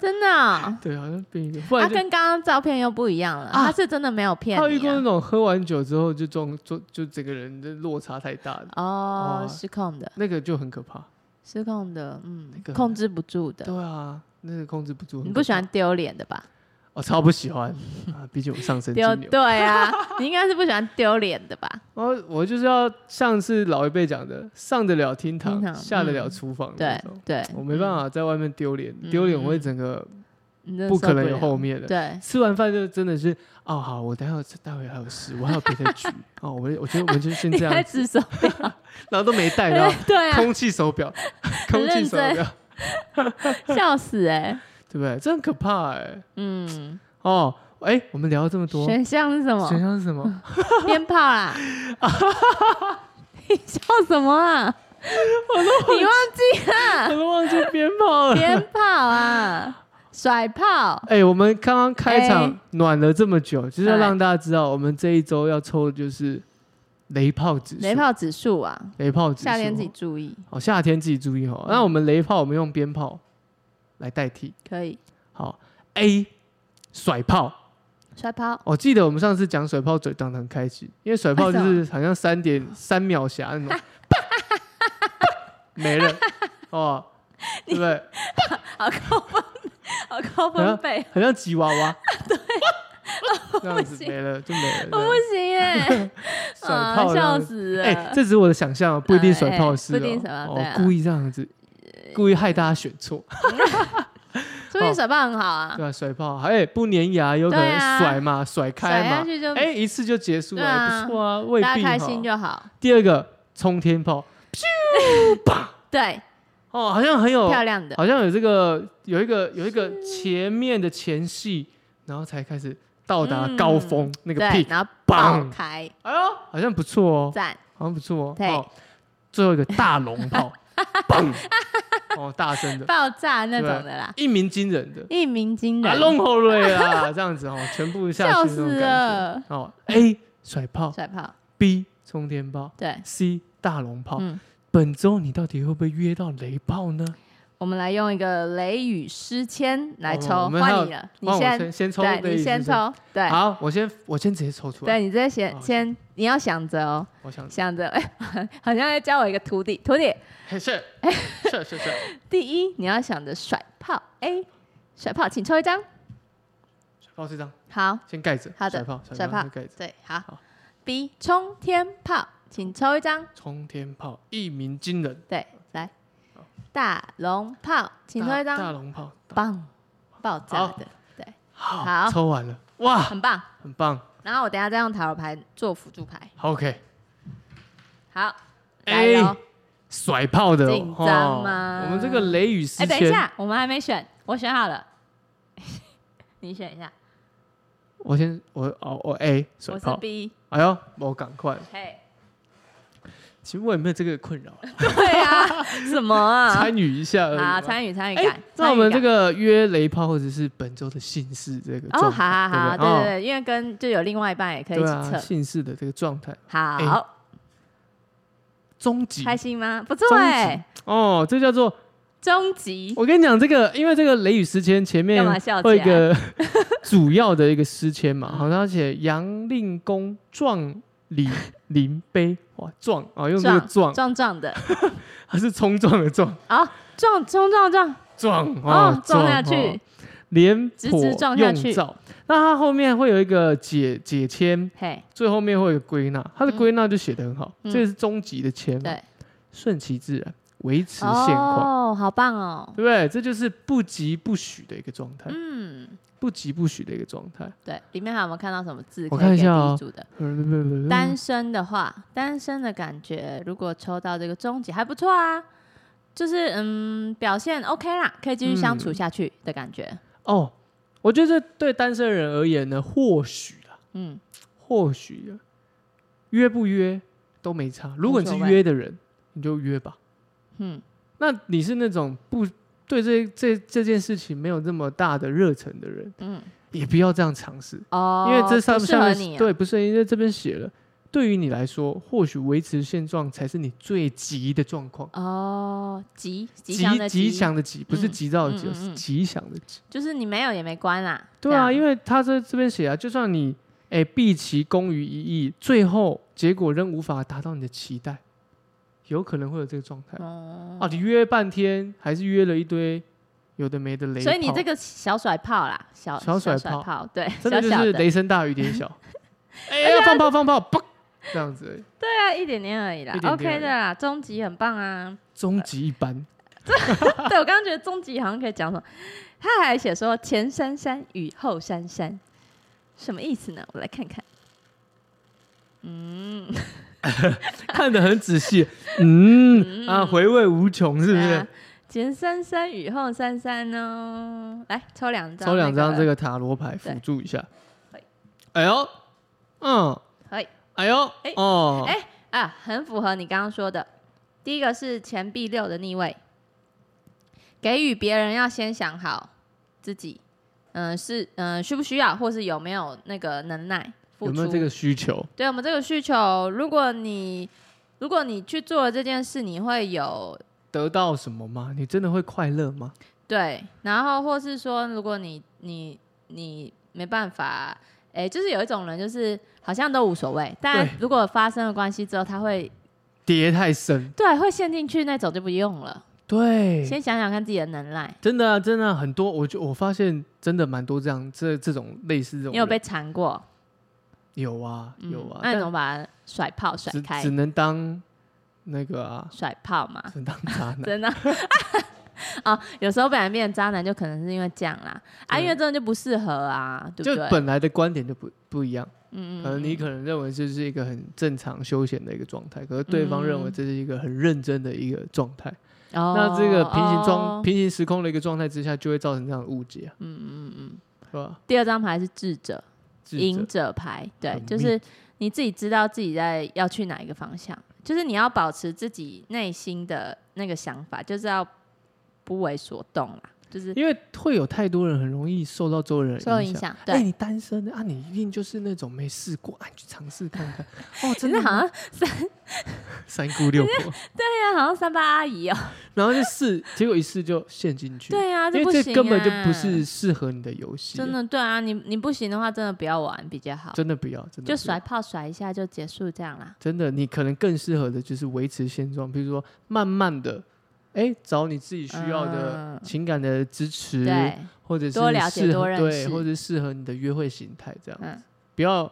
[SPEAKER 2] 真的哦、
[SPEAKER 1] 对，好像变一个，不
[SPEAKER 2] 他、
[SPEAKER 1] 然就、
[SPEAKER 2] 跟刚刚照片又不一样了，
[SPEAKER 1] 啊
[SPEAKER 2] 他是真的没有骗
[SPEAKER 1] 还有遇
[SPEAKER 2] 你、
[SPEAKER 1] 过那
[SPEAKER 2] 啊。
[SPEAKER 1] 种喝完酒之后就装就就整个人的落差太大的，
[SPEAKER 2] 哦
[SPEAKER 1] 哇，
[SPEAKER 2] 失控的，
[SPEAKER 1] 那个就很可怕。
[SPEAKER 2] 失控的，嗯
[SPEAKER 1] 那个，
[SPEAKER 2] 控制不住的。
[SPEAKER 1] 对啊，那个控制不住。
[SPEAKER 2] 你不喜欢？丢脸的吧？
[SPEAKER 1] 我、哦超不喜欢 啊！毕竟我上升金
[SPEAKER 2] 丢
[SPEAKER 1] 牛，
[SPEAKER 2] 对啊，你应该是不喜欢丢脸的吧？
[SPEAKER 1] 我哦我就是要上次老一辈讲的，上得了厅堂，
[SPEAKER 2] 厅堂
[SPEAKER 1] 下得
[SPEAKER 2] 嗯
[SPEAKER 1] 了厨房那
[SPEAKER 2] 对
[SPEAKER 1] 种。
[SPEAKER 2] 对，
[SPEAKER 1] 我没办法在外面丢脸，
[SPEAKER 2] 嗯
[SPEAKER 1] 丢脸我会整个
[SPEAKER 2] 你真的
[SPEAKER 1] 不
[SPEAKER 2] 嗯受
[SPEAKER 1] 可能有
[SPEAKER 2] 了
[SPEAKER 1] 后面的。
[SPEAKER 2] 对，
[SPEAKER 1] 吃完饭就真的是哦，好，我待会待会还有事，我还有别的局哦，我我觉得我们就先
[SPEAKER 2] 你
[SPEAKER 1] 这样
[SPEAKER 2] 还
[SPEAKER 1] 子，
[SPEAKER 2] 指手，
[SPEAKER 1] 然后都没带到
[SPEAKER 2] 对啊，
[SPEAKER 1] 空气手 表，空气
[SPEAKER 2] 认
[SPEAKER 1] 手
[SPEAKER 2] 真
[SPEAKER 1] 表，
[SPEAKER 2] 笑死哎、
[SPEAKER 1] 对不对？这很可怕哎、
[SPEAKER 2] 嗯，
[SPEAKER 1] 哦，哎、我们聊了这么 多，
[SPEAKER 2] 选项是什么？
[SPEAKER 1] 选项是什 么？
[SPEAKER 2] 鞭 炮啦！你笑什么啊？你忘记
[SPEAKER 1] 我都忘记鞭炮了。
[SPEAKER 2] 啊鞭炮啊，甩炮，
[SPEAKER 1] 哎、我们刚刚开场
[SPEAKER 2] 哎
[SPEAKER 1] 暖了这么久，就是要
[SPEAKER 2] 哎
[SPEAKER 1] 让大家知道，我们这一周要抽的就是雷炮指数，
[SPEAKER 2] 雷炮指数啊，
[SPEAKER 1] 雷炮指数，
[SPEAKER 2] 夏天自己注意，
[SPEAKER 1] 哦，夏天自己注意哦。
[SPEAKER 2] 嗯
[SPEAKER 1] 那我们雷炮，我们用鞭炮来代替。
[SPEAKER 2] 可以
[SPEAKER 1] 好，A 甩炮。
[SPEAKER 2] 甩炮。
[SPEAKER 1] 我、记得我们上次讲甩炮嘴讲的很开心，因为甩炮就是好像三点三秒侠那种， 没了哦，对不对？
[SPEAKER 2] 好高分，好高分 贝，
[SPEAKER 1] 很像吉娃娃，对，这样 子
[SPEAKER 2] 行
[SPEAKER 1] 没了就没了
[SPEAKER 2] 我
[SPEAKER 1] 这样，
[SPEAKER 2] 不行耶，
[SPEAKER 1] 甩
[SPEAKER 2] 啊，
[SPEAKER 1] 炮这
[SPEAKER 2] 笑
[SPEAKER 1] 样子。
[SPEAKER 2] 死
[SPEAKER 1] 哎、
[SPEAKER 2] 了。
[SPEAKER 1] 这只是我的想象，不一定甩炮是、哦
[SPEAKER 2] 哎不一定甩炮对
[SPEAKER 1] 哦
[SPEAKER 2] 啊，
[SPEAKER 1] 故意这样子，故意害大家选错，
[SPEAKER 2] 说明甩炮很好啊，
[SPEAKER 1] 对啊，甩炮，哎、不粘牙有可
[SPEAKER 2] 对
[SPEAKER 1] 能
[SPEAKER 2] 啊
[SPEAKER 1] 甩嘛，甩
[SPEAKER 2] 甩
[SPEAKER 1] 开
[SPEAKER 2] 下
[SPEAKER 1] 嘛，
[SPEAKER 2] 去就
[SPEAKER 1] 哎、一次就结束了，
[SPEAKER 2] 对啊
[SPEAKER 1] 不错啊，未
[SPEAKER 2] 大
[SPEAKER 1] 必
[SPEAKER 2] 家
[SPEAKER 1] 哈
[SPEAKER 2] 开心就好。
[SPEAKER 1] 第二个冲天炮，
[SPEAKER 2] 对，
[SPEAKER 1] 哦，好像很有，
[SPEAKER 2] 漂亮的，
[SPEAKER 1] 好像有这个有一个有一个前面的前戏，然后才开始到达高峰、那个
[SPEAKER 2] 嗯对，
[SPEAKER 1] peak，
[SPEAKER 2] 然后
[SPEAKER 1] 棒
[SPEAKER 2] 爆开，
[SPEAKER 1] 哎呦，好像不错哦，
[SPEAKER 2] 赞，
[SPEAKER 1] 好像不错哦。
[SPEAKER 2] 对
[SPEAKER 1] 哦，最后一个大龙炮，砰！哦，大声的，
[SPEAKER 2] 爆炸那种的啦，
[SPEAKER 1] 一鸣惊人的，
[SPEAKER 2] 一鸣惊
[SPEAKER 1] 啊，
[SPEAKER 2] 人，
[SPEAKER 1] 龙吼瑞啦，这样子哦，全部下
[SPEAKER 2] 笑
[SPEAKER 1] 去那种
[SPEAKER 2] 死
[SPEAKER 1] 感觉。
[SPEAKER 2] 了，
[SPEAKER 1] 哦，A 甩炮
[SPEAKER 2] 甩炮，
[SPEAKER 1] ，B 冲天炮
[SPEAKER 2] 对，
[SPEAKER 1] ，C 大龙炮。
[SPEAKER 2] 嗯，
[SPEAKER 1] 本周你到底会不会约到雷炮呢？
[SPEAKER 2] 我们来用一个雷雨诗签来
[SPEAKER 1] 哦我
[SPEAKER 2] 抽，
[SPEAKER 1] 们还有
[SPEAKER 2] 换你了，你
[SPEAKER 1] 换我
[SPEAKER 2] 先，
[SPEAKER 1] 先先抽
[SPEAKER 2] 对，
[SPEAKER 1] 雷
[SPEAKER 2] 你
[SPEAKER 1] 雨
[SPEAKER 2] 先
[SPEAKER 1] 是不是。
[SPEAKER 2] 抽，对，
[SPEAKER 1] 好，我先我先直接抽出来。
[SPEAKER 2] 对，你这
[SPEAKER 1] 哦嗯
[SPEAKER 2] 先先，你要想着哦，
[SPEAKER 1] 我想
[SPEAKER 2] 想着， 哎，好像在教我一个徒弟，徒弟，
[SPEAKER 1] 嘿 是是是是，
[SPEAKER 2] 第一你要想着甩炮，A，甩炮，请抽一张，
[SPEAKER 1] 甩炮这张
[SPEAKER 2] 好，
[SPEAKER 1] 先盖着。
[SPEAKER 2] 好的
[SPEAKER 1] 甩炮
[SPEAKER 2] 甩
[SPEAKER 1] 炮
[SPEAKER 2] 炮
[SPEAKER 1] 先盖着。
[SPEAKER 2] 对，好
[SPEAKER 1] 好
[SPEAKER 2] ，B，冲天炮，请抽一张，
[SPEAKER 1] 冲天炮一鸣惊人，
[SPEAKER 2] 对，来，大龙炮，请抽
[SPEAKER 1] 大
[SPEAKER 2] 一
[SPEAKER 1] 大
[SPEAKER 2] 张，
[SPEAKER 1] 龙炮，
[SPEAKER 2] 棒，爆炸的，对，
[SPEAKER 1] 好，
[SPEAKER 2] 好
[SPEAKER 1] 抽完了，哇，
[SPEAKER 2] 很棒。
[SPEAKER 1] 很棒。
[SPEAKER 2] 然后我等一下再用塔罗牌做辅助牌。
[SPEAKER 1] OK，
[SPEAKER 2] 好，来
[SPEAKER 1] 哎
[SPEAKER 2] 喽。
[SPEAKER 1] 甩炮的哦
[SPEAKER 2] 紧张吗
[SPEAKER 1] 哦我们这个雷雨
[SPEAKER 2] 哎、
[SPEAKER 1] 时
[SPEAKER 2] 等一
[SPEAKER 1] 间，
[SPEAKER 2] 下，我们还没选，我选好了， 你选一下，
[SPEAKER 1] 我先我哦我 A 甩
[SPEAKER 2] 我是
[SPEAKER 1] 炮，
[SPEAKER 2] B，
[SPEAKER 1] 哎呦，我赶快
[SPEAKER 2] 嘿，
[SPEAKER 1] 其实我也没有这个困扰啊，
[SPEAKER 2] 对啊，什么啊？
[SPEAKER 1] 参与一下而已嘛。
[SPEAKER 2] 好，参与参与
[SPEAKER 1] 哎
[SPEAKER 2] 感。
[SPEAKER 1] 那我
[SPEAKER 2] 参
[SPEAKER 1] 们
[SPEAKER 2] 与感
[SPEAKER 1] 这个约雷炮或者是本周的姓氏这个
[SPEAKER 2] 哦，好
[SPEAKER 1] 状
[SPEAKER 2] 好
[SPEAKER 1] 态对
[SPEAKER 2] 好，对
[SPEAKER 1] 不
[SPEAKER 2] 对
[SPEAKER 1] 对
[SPEAKER 2] 对，因为跟就有另外一半也可以一
[SPEAKER 1] 哦
[SPEAKER 2] 起
[SPEAKER 1] 对啊，
[SPEAKER 2] 测。
[SPEAKER 1] 姓氏的这个状态，哎
[SPEAKER 2] 好，
[SPEAKER 1] 终极
[SPEAKER 2] 开心吗？不错
[SPEAKER 1] 终极
[SPEAKER 2] 哎，
[SPEAKER 1] 哦，这叫做
[SPEAKER 2] 终极
[SPEAKER 1] 我跟你讲这个，因为这个雷雨诗签前面
[SPEAKER 2] 干嘛笑起
[SPEAKER 1] 会有一
[SPEAKER 2] 来？
[SPEAKER 1] 个主要的一个诗签嘛，
[SPEAKER 2] 嗯
[SPEAKER 1] 好，像写杨令公壮李林碑，哇，壮啊，用这个
[SPEAKER 2] 撞
[SPEAKER 1] 壮，
[SPEAKER 2] 撞撞的，
[SPEAKER 1] 它 是冲撞的撞，
[SPEAKER 2] 好撞冲撞撞，
[SPEAKER 1] 撞
[SPEAKER 2] 哦，撞下，
[SPEAKER 1] 哦
[SPEAKER 2] 去，
[SPEAKER 1] 廉
[SPEAKER 2] 直
[SPEAKER 1] 颇
[SPEAKER 2] 直撞下
[SPEAKER 1] 用
[SPEAKER 2] 去
[SPEAKER 1] 照。那它后面会有一个解解签，
[SPEAKER 2] 嘿，
[SPEAKER 1] 最后面会有一个归纳，它的归纳就写得很好，
[SPEAKER 2] 嗯
[SPEAKER 1] 这个是终极的签嘛
[SPEAKER 2] 对，
[SPEAKER 1] 顺其自然，维持现况，
[SPEAKER 2] 哦，好棒哦，
[SPEAKER 1] 对不对？这就是不急不许的一个状态，
[SPEAKER 2] 嗯，
[SPEAKER 1] 不急不许的一个状态。
[SPEAKER 2] 对，里面还有没有看到什么字
[SPEAKER 1] 我
[SPEAKER 2] 可
[SPEAKER 1] 看
[SPEAKER 2] 以
[SPEAKER 1] 一
[SPEAKER 2] 给
[SPEAKER 1] 下哦嗯
[SPEAKER 2] 地主的？单
[SPEAKER 1] 单
[SPEAKER 2] 身的话，单身的感觉，如果抽到这个终极还不错啊，就是嗯，表现 OK 啦，可以继续相处
[SPEAKER 1] 嗯
[SPEAKER 2] 下去的感觉。
[SPEAKER 1] 哦，我觉得这对单身人而言呢，或许啦，
[SPEAKER 2] 嗯，
[SPEAKER 1] 或许啊约不约都没差。如果你是
[SPEAKER 2] 无所谓
[SPEAKER 1] 约的人，你就约吧。
[SPEAKER 2] 嗯，
[SPEAKER 1] 那你是那种不对这这这件事情没有那么大的热忱的人，
[SPEAKER 2] 嗯，
[SPEAKER 1] 也不要这样尝试。
[SPEAKER 2] 哦，
[SPEAKER 1] 因为这上
[SPEAKER 2] 不适
[SPEAKER 1] 上
[SPEAKER 2] 合
[SPEAKER 1] 面
[SPEAKER 2] 你、啊，
[SPEAKER 1] 对，不是因为这边写了，对于你来说，或许维持现状才是你最急的状况，
[SPEAKER 2] 哦，吉
[SPEAKER 1] 吉
[SPEAKER 2] 吉祥的
[SPEAKER 1] 吉祥的吉，不是
[SPEAKER 2] 嗯
[SPEAKER 1] 急躁的急，
[SPEAKER 2] 嗯嗯
[SPEAKER 1] 是
[SPEAKER 2] 嗯
[SPEAKER 1] 吉祥的吉。
[SPEAKER 2] 就是你没有也没关啦。
[SPEAKER 1] 对啊，
[SPEAKER 2] 为
[SPEAKER 1] 因为他这这边写啊，就算你哎毕其功于一役，最后结果仍无法达到你的期待，有可能会有这个状态
[SPEAKER 2] 哦、
[SPEAKER 1] 啊。你约半天，还是约了一堆有的没的雷炮，
[SPEAKER 2] 所以你这个小甩炮啦，小
[SPEAKER 1] 小甩
[SPEAKER 2] 甩
[SPEAKER 1] 炮
[SPEAKER 2] 炮，对，
[SPEAKER 1] 真的
[SPEAKER 2] 小
[SPEAKER 1] 就
[SPEAKER 2] 小
[SPEAKER 1] 是
[SPEAKER 2] 的，
[SPEAKER 1] 雷声大雨点 小，哎、要放炮放炮，砰，这样子而已，
[SPEAKER 2] 对啊，一点点而已啦
[SPEAKER 1] 一点点
[SPEAKER 2] o k 的啦，终极很棒啊。
[SPEAKER 1] 终极一 般。
[SPEAKER 2] 对我刚刚觉得终极好像可以讲什么，他还写说前珊珊与后珊珊，什么意思呢？我来看看。嗯，
[SPEAKER 1] 看得很仔 细，嗯啊，回味无穷，是不
[SPEAKER 2] 对
[SPEAKER 1] 是
[SPEAKER 2] 啊？前珊珊与后珊珊呢？来抽两张，
[SPEAKER 1] 抽两张这个
[SPEAKER 2] 个，
[SPEAKER 1] 塔罗牌辅
[SPEAKER 2] 对
[SPEAKER 1] 助一下
[SPEAKER 2] 嘿。
[SPEAKER 1] 哎呦，嗯，
[SPEAKER 2] 嘿
[SPEAKER 1] 哎呦
[SPEAKER 2] 哎，
[SPEAKER 1] 哦
[SPEAKER 2] 哎，啊，很符合你刚刚说的。第一个是钱币六的逆位，给予别人要先想好自己，嗯、是嗯、需不需要，或是有没有那个能耐付
[SPEAKER 1] 有
[SPEAKER 2] 出。
[SPEAKER 1] 没有这个需求？
[SPEAKER 2] 对我们这个需求，如果你如果你去做了这件事，你会有
[SPEAKER 1] 得到什么吗？你真的会快乐吗？
[SPEAKER 2] 对，然后或是说，如果你你你没办法，哎，就是有一种人，就是好像都无所谓，但
[SPEAKER 1] 对
[SPEAKER 2] 如果发生了关系之后，他会
[SPEAKER 1] 跌太深，
[SPEAKER 2] 对会陷进去那种就不用了，
[SPEAKER 1] 对，
[SPEAKER 2] 先想想看自己的能耐，
[SPEAKER 1] 真的啊，真的啊很多，我就我发现真的蛮多这样这这种类似这种人，
[SPEAKER 2] 你有被缠过，
[SPEAKER 1] 有啊
[SPEAKER 2] 嗯
[SPEAKER 1] 有啊，
[SPEAKER 2] 那你
[SPEAKER 1] 但
[SPEAKER 2] 怎么把它甩炮甩
[SPEAKER 1] 只
[SPEAKER 2] 开
[SPEAKER 1] 只？能当那个啊，
[SPEAKER 2] 甩炮嘛，
[SPEAKER 1] 只能当渣 男，
[SPEAKER 2] 真的。哦，有时候本来变成渣男，就可能是因为这样啦，啊，
[SPEAKER 1] 对
[SPEAKER 2] 因为真的就不适合啊，对
[SPEAKER 1] 就
[SPEAKER 2] 不对？
[SPEAKER 1] 本来的观点就不不一样。
[SPEAKER 2] 嗯嗯，
[SPEAKER 1] 可能你
[SPEAKER 2] 嗯
[SPEAKER 1] 可能认为这是一个很正常休闲的一个状态，可是对方认为
[SPEAKER 2] 嗯
[SPEAKER 1] 这是一个很认真的一个状态，
[SPEAKER 2] 哦
[SPEAKER 1] 那这个平行状、
[SPEAKER 2] 哦
[SPEAKER 1] 平行时空的一个状态之下，就会造成这样的误解啊，
[SPEAKER 2] 嗯嗯嗯，
[SPEAKER 1] 是吧？
[SPEAKER 2] 第二张牌是智者，
[SPEAKER 1] 智者
[SPEAKER 2] 赢者牌，对
[SPEAKER 1] 很，
[SPEAKER 2] 就是你自己知道自己在要去哪一个方向，就是你要保持自己内心的那个想法，就是要不为所动啦，就是
[SPEAKER 1] 因为会有太多人很容易受到周围人的
[SPEAKER 2] 受影
[SPEAKER 1] 影。
[SPEAKER 2] 响，
[SPEAKER 1] 哎、
[SPEAKER 2] 对。
[SPEAKER 1] 你单身的啊，你一定就是那种没试过，啊，你去尝试看 看。哦，
[SPEAKER 2] 真
[SPEAKER 1] 真
[SPEAKER 2] 的
[SPEAKER 1] 的
[SPEAKER 2] 好像
[SPEAKER 1] 吗
[SPEAKER 2] 三，现
[SPEAKER 1] 三姑六婆，
[SPEAKER 2] 在好像三八阿姨哦、
[SPEAKER 1] 然后就试，结果一试就陷进去。、
[SPEAKER 2] 对啊，
[SPEAKER 1] 因
[SPEAKER 2] 不行、
[SPEAKER 1] 为
[SPEAKER 2] 啊，
[SPEAKER 1] 这根本就不是适合你的游戏啊，
[SPEAKER 2] 真的对啊，你你不行的话，真的不要玩比较好，
[SPEAKER 1] 真的不要，真的
[SPEAKER 2] 就
[SPEAKER 1] 不要
[SPEAKER 2] 甩炮甩一下就结束这样啦。
[SPEAKER 1] 真的，你可能更适合的就是维持现状，比如说慢慢的，哎，找你自己需要的
[SPEAKER 2] 嗯
[SPEAKER 1] 情感的支持，
[SPEAKER 2] 对，
[SPEAKER 1] 或者是
[SPEAKER 2] 多了解
[SPEAKER 1] 适合
[SPEAKER 2] 多认
[SPEAKER 1] 对，
[SPEAKER 2] 识
[SPEAKER 1] 或者适合你的约会形态这样子，
[SPEAKER 2] 嗯
[SPEAKER 1] 不要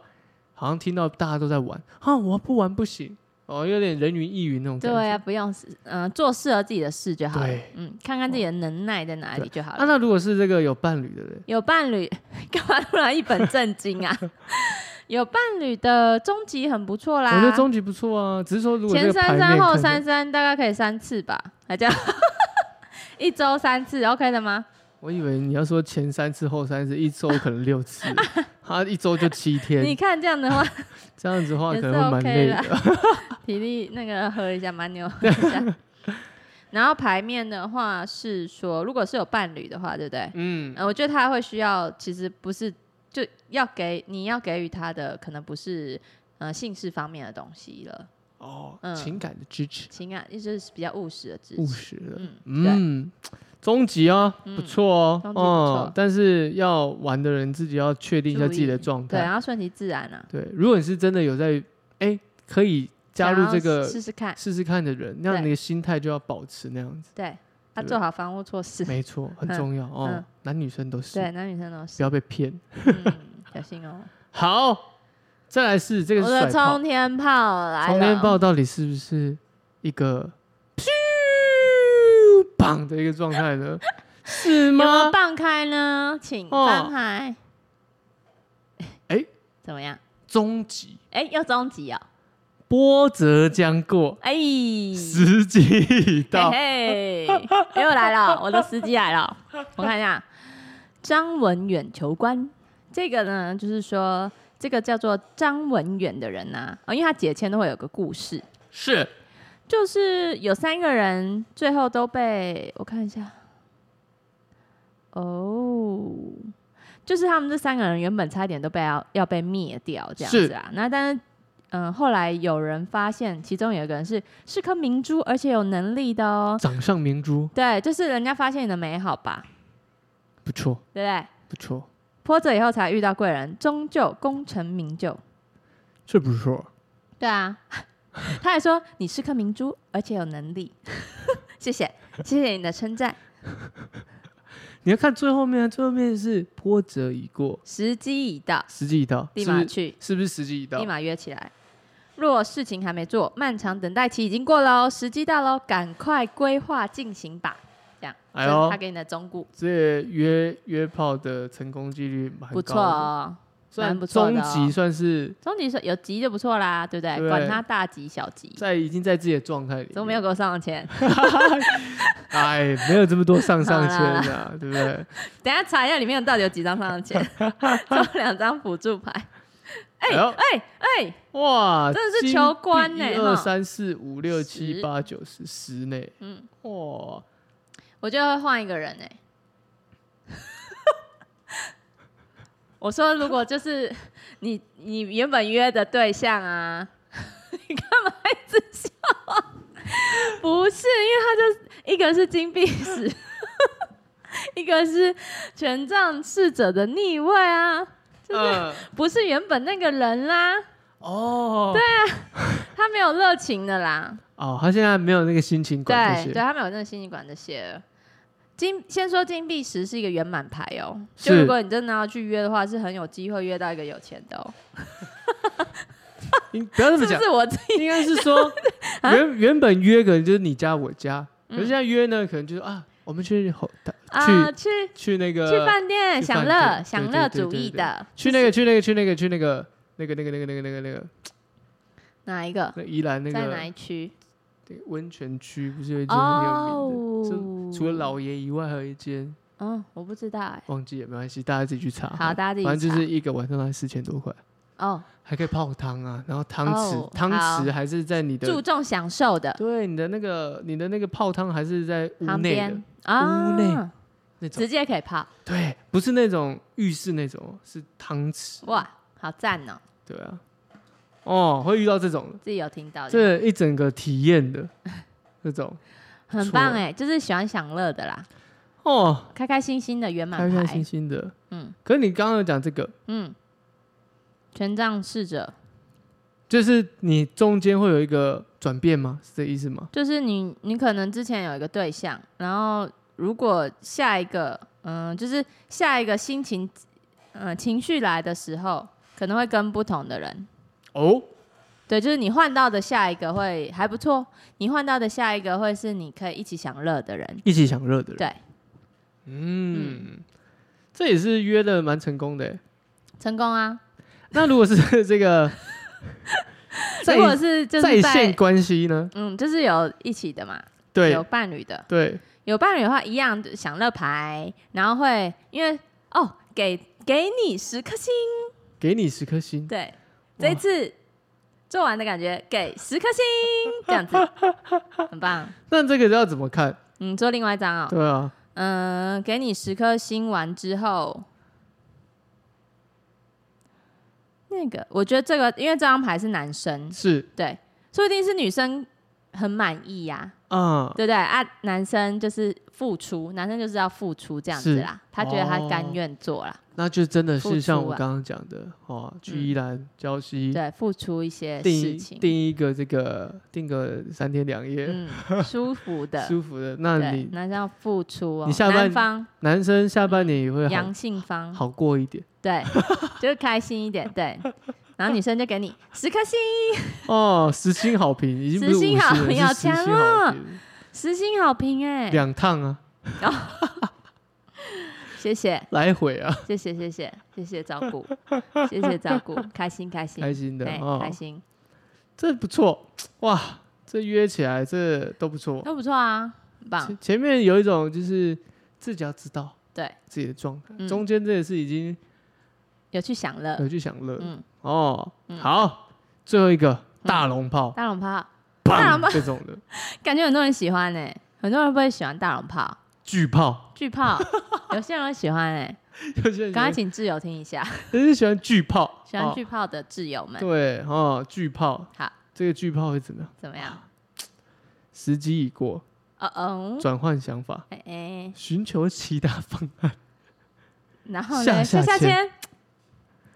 [SPEAKER 1] 好像听到大家都在玩啊，我不玩不行哦，有点人云亦云那种感觉。
[SPEAKER 2] 对啊，不用，嗯、做适合自己的事就好了
[SPEAKER 1] 对。
[SPEAKER 2] 嗯，看看自己的能耐在哪里就好
[SPEAKER 1] 啊，
[SPEAKER 2] 了。
[SPEAKER 1] 那如果是这个有伴侣的人，
[SPEAKER 2] 有伴侣， 干嘛突然一本正经啊？ 有伴侣的终极很不错
[SPEAKER 1] 我
[SPEAKER 2] 啦。
[SPEAKER 1] 觉得终极不错啊，只是说如果这
[SPEAKER 2] 前
[SPEAKER 1] 个牌
[SPEAKER 2] 三
[SPEAKER 1] 面
[SPEAKER 2] 三后
[SPEAKER 1] 看起来
[SPEAKER 2] 三三，大概可以三次吧，还这样，一周三次，OK 的吗？
[SPEAKER 1] 我以为你要说前三次后三次，一周可能六次，他一周就七
[SPEAKER 2] 你
[SPEAKER 1] 天，
[SPEAKER 2] 看这样的话，
[SPEAKER 1] 这样子的话
[SPEAKER 2] 也
[SPEAKER 1] 可
[SPEAKER 2] 是
[SPEAKER 1] 能会蛮
[SPEAKER 2] OK
[SPEAKER 1] 累
[SPEAKER 2] 啦
[SPEAKER 1] 的。
[SPEAKER 2] 体力那个喝一下，蛮牛喝一下。然后牌面的话是说，如果是有伴侣的话，对不对？
[SPEAKER 1] 嗯，
[SPEAKER 2] 呃，我觉得他会需要，其实不是就要给你要给予他的，可能不是呃性事方面的东西了，
[SPEAKER 1] 哦，
[SPEAKER 2] 嗯
[SPEAKER 1] 情感的支持，
[SPEAKER 2] 情感也就是比较务实的支
[SPEAKER 1] 务
[SPEAKER 2] 持。
[SPEAKER 1] 实了。
[SPEAKER 2] 嗯，对，
[SPEAKER 1] 嗯，终极啊，
[SPEAKER 2] 嗯
[SPEAKER 1] 不错哦，
[SPEAKER 2] 终极不错
[SPEAKER 1] 哦，但是要玩的人自己要确定一下
[SPEAKER 2] 注
[SPEAKER 1] 自己的
[SPEAKER 2] 意
[SPEAKER 1] 状
[SPEAKER 2] 对，
[SPEAKER 1] 态。
[SPEAKER 2] 然后顺其自然啊。
[SPEAKER 1] 对，如果你是真的有在，哎，可以加入
[SPEAKER 2] 想
[SPEAKER 1] 这
[SPEAKER 2] 要
[SPEAKER 1] 个
[SPEAKER 2] 试试看，
[SPEAKER 1] 试试看的人，那
[SPEAKER 2] 对
[SPEAKER 1] 你的心态就要保持那样子。
[SPEAKER 2] 对，他
[SPEAKER 1] 对
[SPEAKER 2] 做好防护措施，
[SPEAKER 1] 没错，很
[SPEAKER 2] 嗯
[SPEAKER 1] 重要哦
[SPEAKER 2] 嗯，
[SPEAKER 1] 男女生都是，
[SPEAKER 2] 对，男女生都
[SPEAKER 1] 不
[SPEAKER 2] 是，
[SPEAKER 1] 要被骗。
[SPEAKER 2] 嗯，小心哦。
[SPEAKER 1] 好，再来是这个
[SPEAKER 2] 我
[SPEAKER 1] 是
[SPEAKER 2] 的
[SPEAKER 1] 甩炮
[SPEAKER 2] 冲，天炮来了，
[SPEAKER 1] 冲天炮到底是不是一 个砰的一个状态呢？是
[SPEAKER 2] 有没有
[SPEAKER 1] 吗？
[SPEAKER 2] 放开呢？请
[SPEAKER 1] 哦
[SPEAKER 2] 翻牌。
[SPEAKER 1] 哎
[SPEAKER 2] 怎么样？
[SPEAKER 1] 终极
[SPEAKER 2] 哎，要终极哦！
[SPEAKER 1] 波折将过，
[SPEAKER 2] 哎，嘿
[SPEAKER 1] 时机已到。
[SPEAKER 2] 哎嘿，又来了，我的司机来了，我看一下，张文远求官，这个呢，就是说这个叫做张文远的人呐、啊，哦，因为他解签都会有个故事，
[SPEAKER 1] 是
[SPEAKER 2] 就是有三个人最后都被我看一下，哦，就是他们这三个人原本差一点都被要要被灭掉这样子啊。那但是，嗯、后来有人发现其中有一个人是是颗明珠，而且有能力的哦。
[SPEAKER 1] 掌上明珠，
[SPEAKER 2] 对，就是人家发现你的美好吧，
[SPEAKER 1] 不错
[SPEAKER 2] 对不对？
[SPEAKER 1] 不错，
[SPEAKER 2] 波折以后才遇到贵人，终究功成名就。
[SPEAKER 1] 是不错。
[SPEAKER 2] 对啊， 他还说你是颗明珠，而且有能力。 谢谢，谢谢你的称赞。
[SPEAKER 1] 你要看最后面啊，最后面是波折已过，
[SPEAKER 2] 时机已到，
[SPEAKER 1] 时机已到，
[SPEAKER 2] 立
[SPEAKER 1] 是
[SPEAKER 2] 马
[SPEAKER 1] 不是？
[SPEAKER 2] 去，
[SPEAKER 1] 是不是时机已到
[SPEAKER 2] 立？马约起来。若事情还没做，漫长等待期已经过了哦，时机到喽，赶快规划进行吧。这样，
[SPEAKER 1] 哎
[SPEAKER 2] 这
[SPEAKER 1] 呦
[SPEAKER 2] 是他给你的忠告，
[SPEAKER 1] 这约约炮的成功几率蛮
[SPEAKER 2] 不
[SPEAKER 1] 高的，
[SPEAKER 2] 错哦。
[SPEAKER 1] 虽然
[SPEAKER 2] 蛮不错
[SPEAKER 1] 终
[SPEAKER 2] 的哦
[SPEAKER 1] 极算是
[SPEAKER 2] 终极说有急就不错啦，对不对？
[SPEAKER 1] 对
[SPEAKER 2] 管他大吉小吉，
[SPEAKER 1] 在已经在自己的状态里，
[SPEAKER 2] 怎么没有？给我上上签？
[SPEAKER 1] 哎，没有这么多上上签
[SPEAKER 2] 好啦哎
[SPEAKER 1] 啊，对不对？
[SPEAKER 2] 等一下查一下里面到底有几张上 上签，就两张辅助牌。
[SPEAKER 1] 哎呦，
[SPEAKER 2] 哎哎，
[SPEAKER 1] 哇，
[SPEAKER 2] 真的是
[SPEAKER 1] 金
[SPEAKER 2] 求官
[SPEAKER 1] 币
[SPEAKER 2] 呢
[SPEAKER 1] 一
[SPEAKER 2] 哈
[SPEAKER 1] 二三四五六七
[SPEAKER 2] 十
[SPEAKER 1] 八九十十呢，
[SPEAKER 2] 嗯，
[SPEAKER 1] 哇，
[SPEAKER 2] 我就会换一个人哎、 我说，如果就是你你原本约的对象啊， 你干嘛一直笑啊？不是，因为他就一个是金币石， 一个是权杖侍者的逆位啊，
[SPEAKER 1] 嗯，
[SPEAKER 2] 不是原本那个人啦，
[SPEAKER 1] 哦，
[SPEAKER 2] 啊
[SPEAKER 1] 对，
[SPEAKER 2] 他没有热情的啦。
[SPEAKER 1] 哦，他现在没有那个心情管这
[SPEAKER 2] 对对，
[SPEAKER 1] 些，
[SPEAKER 2] 他们有那个心理管这些。金先说金币石是一个圆满牌哦，
[SPEAKER 1] 是
[SPEAKER 2] 就如果你真的要去约的话，是很有机会约到一个有钱的哦，
[SPEAKER 1] 你不要这么
[SPEAKER 2] 是不
[SPEAKER 1] 讲，
[SPEAKER 2] 是我啊自己？
[SPEAKER 1] 应该是 说原原本约可能就是你家我家，可
[SPEAKER 2] 嗯
[SPEAKER 1] 是现在约呢，可能就是啊，我们去后
[SPEAKER 2] 啊
[SPEAKER 1] 去
[SPEAKER 2] 去
[SPEAKER 1] 去那个
[SPEAKER 2] 去饭店
[SPEAKER 1] 去
[SPEAKER 2] 享
[SPEAKER 1] 饭
[SPEAKER 2] 乐
[SPEAKER 1] 店
[SPEAKER 2] 享
[SPEAKER 1] 对
[SPEAKER 2] 乐
[SPEAKER 1] 对对
[SPEAKER 2] 主义
[SPEAKER 1] 对
[SPEAKER 2] 的，
[SPEAKER 1] 去那个去那个去那个去那个那个那个那个那个那个那个
[SPEAKER 2] 哪一个？
[SPEAKER 1] 那宜兰那
[SPEAKER 2] 在哪
[SPEAKER 1] 个
[SPEAKER 2] 一区？
[SPEAKER 1] 那个温泉区不是有一间很有名的？
[SPEAKER 2] 哦，
[SPEAKER 1] 除了老爷以外，还有一间
[SPEAKER 2] 嗯，我不知道哎。
[SPEAKER 1] 忘记也没关系，大家自己去查。
[SPEAKER 2] 好，大家自己
[SPEAKER 1] 啊反正就
[SPEAKER 2] 查
[SPEAKER 1] 是一个晚上才四千多块，
[SPEAKER 2] 哦，
[SPEAKER 1] 还可以泡汤啊，然后汤匙、
[SPEAKER 2] 哦
[SPEAKER 1] 汤匙
[SPEAKER 2] 好
[SPEAKER 1] 还是在你
[SPEAKER 2] 注
[SPEAKER 1] 的
[SPEAKER 2] 重享受的
[SPEAKER 1] 对你的那个你的那个泡汤还是在屋
[SPEAKER 2] 旁
[SPEAKER 1] 内的
[SPEAKER 2] 边啊，
[SPEAKER 1] 屋内那种
[SPEAKER 2] 直，接可以泡
[SPEAKER 1] 对，不是那种浴室那种，哦是汤匙，
[SPEAKER 2] 哇，好赞哦！
[SPEAKER 1] 对啊，哦，会遇到这种的，
[SPEAKER 2] 自己有听到就好
[SPEAKER 1] 这一整个体验 的那种
[SPEAKER 2] 很
[SPEAKER 1] 错
[SPEAKER 2] 棒
[SPEAKER 1] 了
[SPEAKER 2] 哎，就是喜欢享乐的啦。
[SPEAKER 1] 哦，
[SPEAKER 2] 开开心心的圆满
[SPEAKER 1] 开
[SPEAKER 2] 牌，
[SPEAKER 1] 开心心的。
[SPEAKER 2] 嗯
[SPEAKER 1] 可是你刚刚有讲这个，
[SPEAKER 2] 嗯，权杖侍者
[SPEAKER 1] 就是你中间会有一个转变吗？是这意思吗？
[SPEAKER 2] 就是你，你可能之前有一个对象，然后如果下一个，嗯，就是下一个心情，嗯，情绪来的时候，可能会跟不同的人，
[SPEAKER 1] 哦，
[SPEAKER 2] 对，就是你换到的下一个会还不错，你换到的下一个会是你可以一起享乐的人，
[SPEAKER 1] 一起享乐的人。
[SPEAKER 2] 对，
[SPEAKER 1] 嗯，这也是约的蛮成功的 欸。
[SPEAKER 2] 成功啊！
[SPEAKER 1] 那如果是 这个在
[SPEAKER 2] 如果是就是
[SPEAKER 1] 在
[SPEAKER 2] 在
[SPEAKER 1] 线关系呢？
[SPEAKER 2] 嗯，就是有一起的嘛，
[SPEAKER 1] 对
[SPEAKER 2] 有伴侣的，
[SPEAKER 1] 对
[SPEAKER 2] 有伴侣的话一样的享乐牌，然后会因为哦给给你十颗星，
[SPEAKER 1] 给你十颗星，
[SPEAKER 2] 对，这一次做完的感觉给十颗星，这样子很棒。
[SPEAKER 1] 那这个要怎么看？
[SPEAKER 2] 嗯，做另外一张哦，
[SPEAKER 1] 对啊，
[SPEAKER 2] 嗯，给你十颗星完之后，那个我觉得这个，因为这张牌是男生，
[SPEAKER 1] 是
[SPEAKER 2] 对，说不定是女生很满意呀、
[SPEAKER 1] 啊，
[SPEAKER 2] 对不对啊？男生就是付出，男生就是要付出这样子啦，他觉得他甘愿做啦，
[SPEAKER 1] 那就真的
[SPEAKER 2] 付出
[SPEAKER 1] 是像我
[SPEAKER 2] 啊
[SPEAKER 1] 刚刚讲的哦，去
[SPEAKER 2] 嗯
[SPEAKER 1] 宜兰、礁溪
[SPEAKER 2] 对，付出一些
[SPEAKER 1] 定
[SPEAKER 2] 事
[SPEAKER 1] 一
[SPEAKER 2] 情，
[SPEAKER 1] 哦定一个这个定个三天两夜，
[SPEAKER 2] 嗯，舒服的，
[SPEAKER 1] 舒服的。那
[SPEAKER 2] 对
[SPEAKER 1] 你，
[SPEAKER 2] 男生要付出哦，
[SPEAKER 1] 你下半
[SPEAKER 2] 男方
[SPEAKER 1] 男生下半年也会好
[SPEAKER 2] 阳性方，
[SPEAKER 1] 好过一点
[SPEAKER 2] 对， 就是开心一点，对。然后女生就给你十颗星，哦
[SPEAKER 1] 哦，十星好评已经不是
[SPEAKER 2] 十
[SPEAKER 1] 五星
[SPEAKER 2] 星好
[SPEAKER 1] 了，
[SPEAKER 2] 评
[SPEAKER 1] 是
[SPEAKER 2] 好
[SPEAKER 1] 十星
[SPEAKER 2] 强
[SPEAKER 1] 好
[SPEAKER 2] 哦
[SPEAKER 1] 评，
[SPEAKER 2] 十星好评哎、
[SPEAKER 1] 两趟啊，
[SPEAKER 2] 谢谢
[SPEAKER 1] 来回啊，
[SPEAKER 2] 谢谢谢谢谢谢照 顾，谢谢照顾，开心开心
[SPEAKER 1] 开心的
[SPEAKER 2] 哎
[SPEAKER 1] 哦
[SPEAKER 2] 开，心，
[SPEAKER 1] 这不错哇，这约起来这都不错。
[SPEAKER 2] 都不错啊，很棒，
[SPEAKER 1] 前前面有一种就是自己要知道
[SPEAKER 2] 对
[SPEAKER 1] 自己的状态，
[SPEAKER 2] 嗯
[SPEAKER 1] 中间这也是已经
[SPEAKER 2] 有去享乐，
[SPEAKER 1] 有去享乐
[SPEAKER 2] 嗯，
[SPEAKER 1] 哦。好，最后一个大龙炮，
[SPEAKER 2] 大龙炮，
[SPEAKER 1] 砰
[SPEAKER 2] 大龙炮
[SPEAKER 1] 这种的
[SPEAKER 2] 感觉很多人喜欢哎、很多人不会喜欢大龙炮、
[SPEAKER 1] 巨 炮，
[SPEAKER 2] 巨炮，有些人会喜欢哎、
[SPEAKER 1] 有些人
[SPEAKER 2] 刚才
[SPEAKER 1] 喜
[SPEAKER 2] 请挚友听一下，
[SPEAKER 1] 欢有些人喜欢巨炮，
[SPEAKER 2] 喜欢
[SPEAKER 1] 哦
[SPEAKER 2] 巨炮的挚友们，
[SPEAKER 1] 对哦，巨炮。
[SPEAKER 2] 好，
[SPEAKER 1] 这个巨炮会怎么样？
[SPEAKER 2] 怎么样？
[SPEAKER 1] 时机已过，
[SPEAKER 2] 哦哦，
[SPEAKER 1] 转换想法，
[SPEAKER 2] 哎哎，
[SPEAKER 1] 寻求其他方案。
[SPEAKER 2] 然后
[SPEAKER 1] 下
[SPEAKER 2] 呢？
[SPEAKER 1] 下
[SPEAKER 2] 下下
[SPEAKER 1] 签
[SPEAKER 2] 签，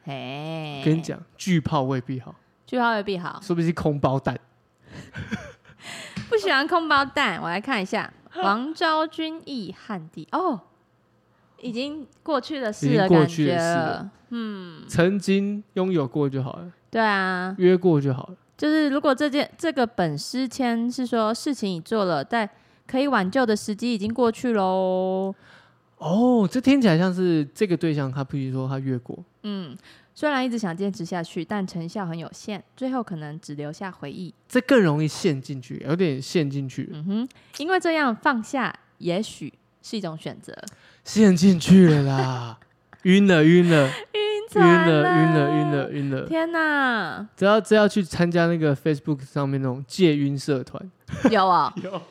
[SPEAKER 2] 哎，哦
[SPEAKER 1] 跟你，讲，巨炮未必好，
[SPEAKER 2] 巨炮未必好，
[SPEAKER 1] 说不定是空包弹。
[SPEAKER 2] 不喜欢空包蛋，我来看 一下王昭君忆汉帝哦，已经过去的事
[SPEAKER 1] 已
[SPEAKER 2] 了，
[SPEAKER 1] 经过
[SPEAKER 2] 感
[SPEAKER 1] 去的
[SPEAKER 2] 觉
[SPEAKER 1] 事了
[SPEAKER 2] 了。嗯，
[SPEAKER 1] 曾经拥有过就好了，
[SPEAKER 2] 对啊，
[SPEAKER 1] 约过就好了。
[SPEAKER 2] 就是如果这件这个本诗签是说事情已做了，但可以挽救的时机已经过去喽。
[SPEAKER 1] 哦，这听起来像是这个对象，他必须说他越过，
[SPEAKER 2] 嗯，虽然一直想坚持下去，但成效很有限，最后可能只留下回忆。
[SPEAKER 1] 这更容易陷进去，有点陷进去，
[SPEAKER 2] 嗯哼，因为这样放下，也许是一种选 择。
[SPEAKER 1] 陷进去了 啦，晕了，晕了，晕
[SPEAKER 2] 惨
[SPEAKER 1] 了，
[SPEAKER 2] 了
[SPEAKER 1] 晕了，晕了，晕了。
[SPEAKER 2] 天哪，
[SPEAKER 1] 只要只要去参加那个 Facebook 上面那种戒晕社团，
[SPEAKER 2] 有哦，
[SPEAKER 1] 有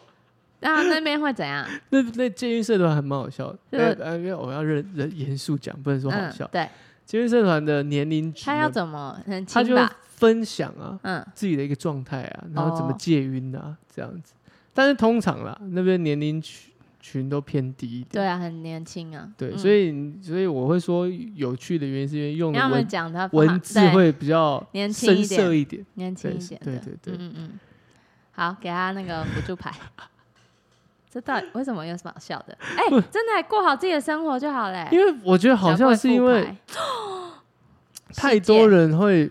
[SPEAKER 2] 那那边会怎样？
[SPEAKER 1] 那那戒晕社团还蛮好笑的，
[SPEAKER 2] 就
[SPEAKER 1] 呃呃，因为我要认认严肃讲，不能说好笑
[SPEAKER 2] 嗯、。对。
[SPEAKER 1] 戒晕社团的年龄值呢，
[SPEAKER 2] 他要怎么很
[SPEAKER 1] 他
[SPEAKER 2] 轻
[SPEAKER 1] 就
[SPEAKER 2] 吧？
[SPEAKER 1] 分享啊
[SPEAKER 2] 嗯，
[SPEAKER 1] 自己的一个状态啊，然后怎么
[SPEAKER 2] 哦
[SPEAKER 1] 戒晕啊这样子。但是通常啦，那边年龄群群都偏低一点，
[SPEAKER 2] 对啊，很年轻啊。
[SPEAKER 1] 对，
[SPEAKER 2] 嗯
[SPEAKER 1] 所以所以我会说有趣的原因是因为用
[SPEAKER 2] 让
[SPEAKER 1] 的
[SPEAKER 2] 他们
[SPEAKER 1] 文
[SPEAKER 2] 讲他
[SPEAKER 1] 文字
[SPEAKER 2] 对
[SPEAKER 1] 会比较
[SPEAKER 2] 年轻
[SPEAKER 1] 深
[SPEAKER 2] 一
[SPEAKER 1] 色
[SPEAKER 2] 点，
[SPEAKER 1] 一点，
[SPEAKER 2] 年轻
[SPEAKER 1] 对
[SPEAKER 2] 一点的。
[SPEAKER 1] 对对对
[SPEAKER 2] 嗯嗯嗯。好，给他那个辅助牌。 这到底为什么有什么好笑的？哎、真的过好自己的生活就好嘞。
[SPEAKER 1] 因为我觉得好
[SPEAKER 2] 小
[SPEAKER 1] 像
[SPEAKER 2] 贵
[SPEAKER 1] 是
[SPEAKER 2] 妇
[SPEAKER 1] 因为
[SPEAKER 2] 牌
[SPEAKER 1] 太多人会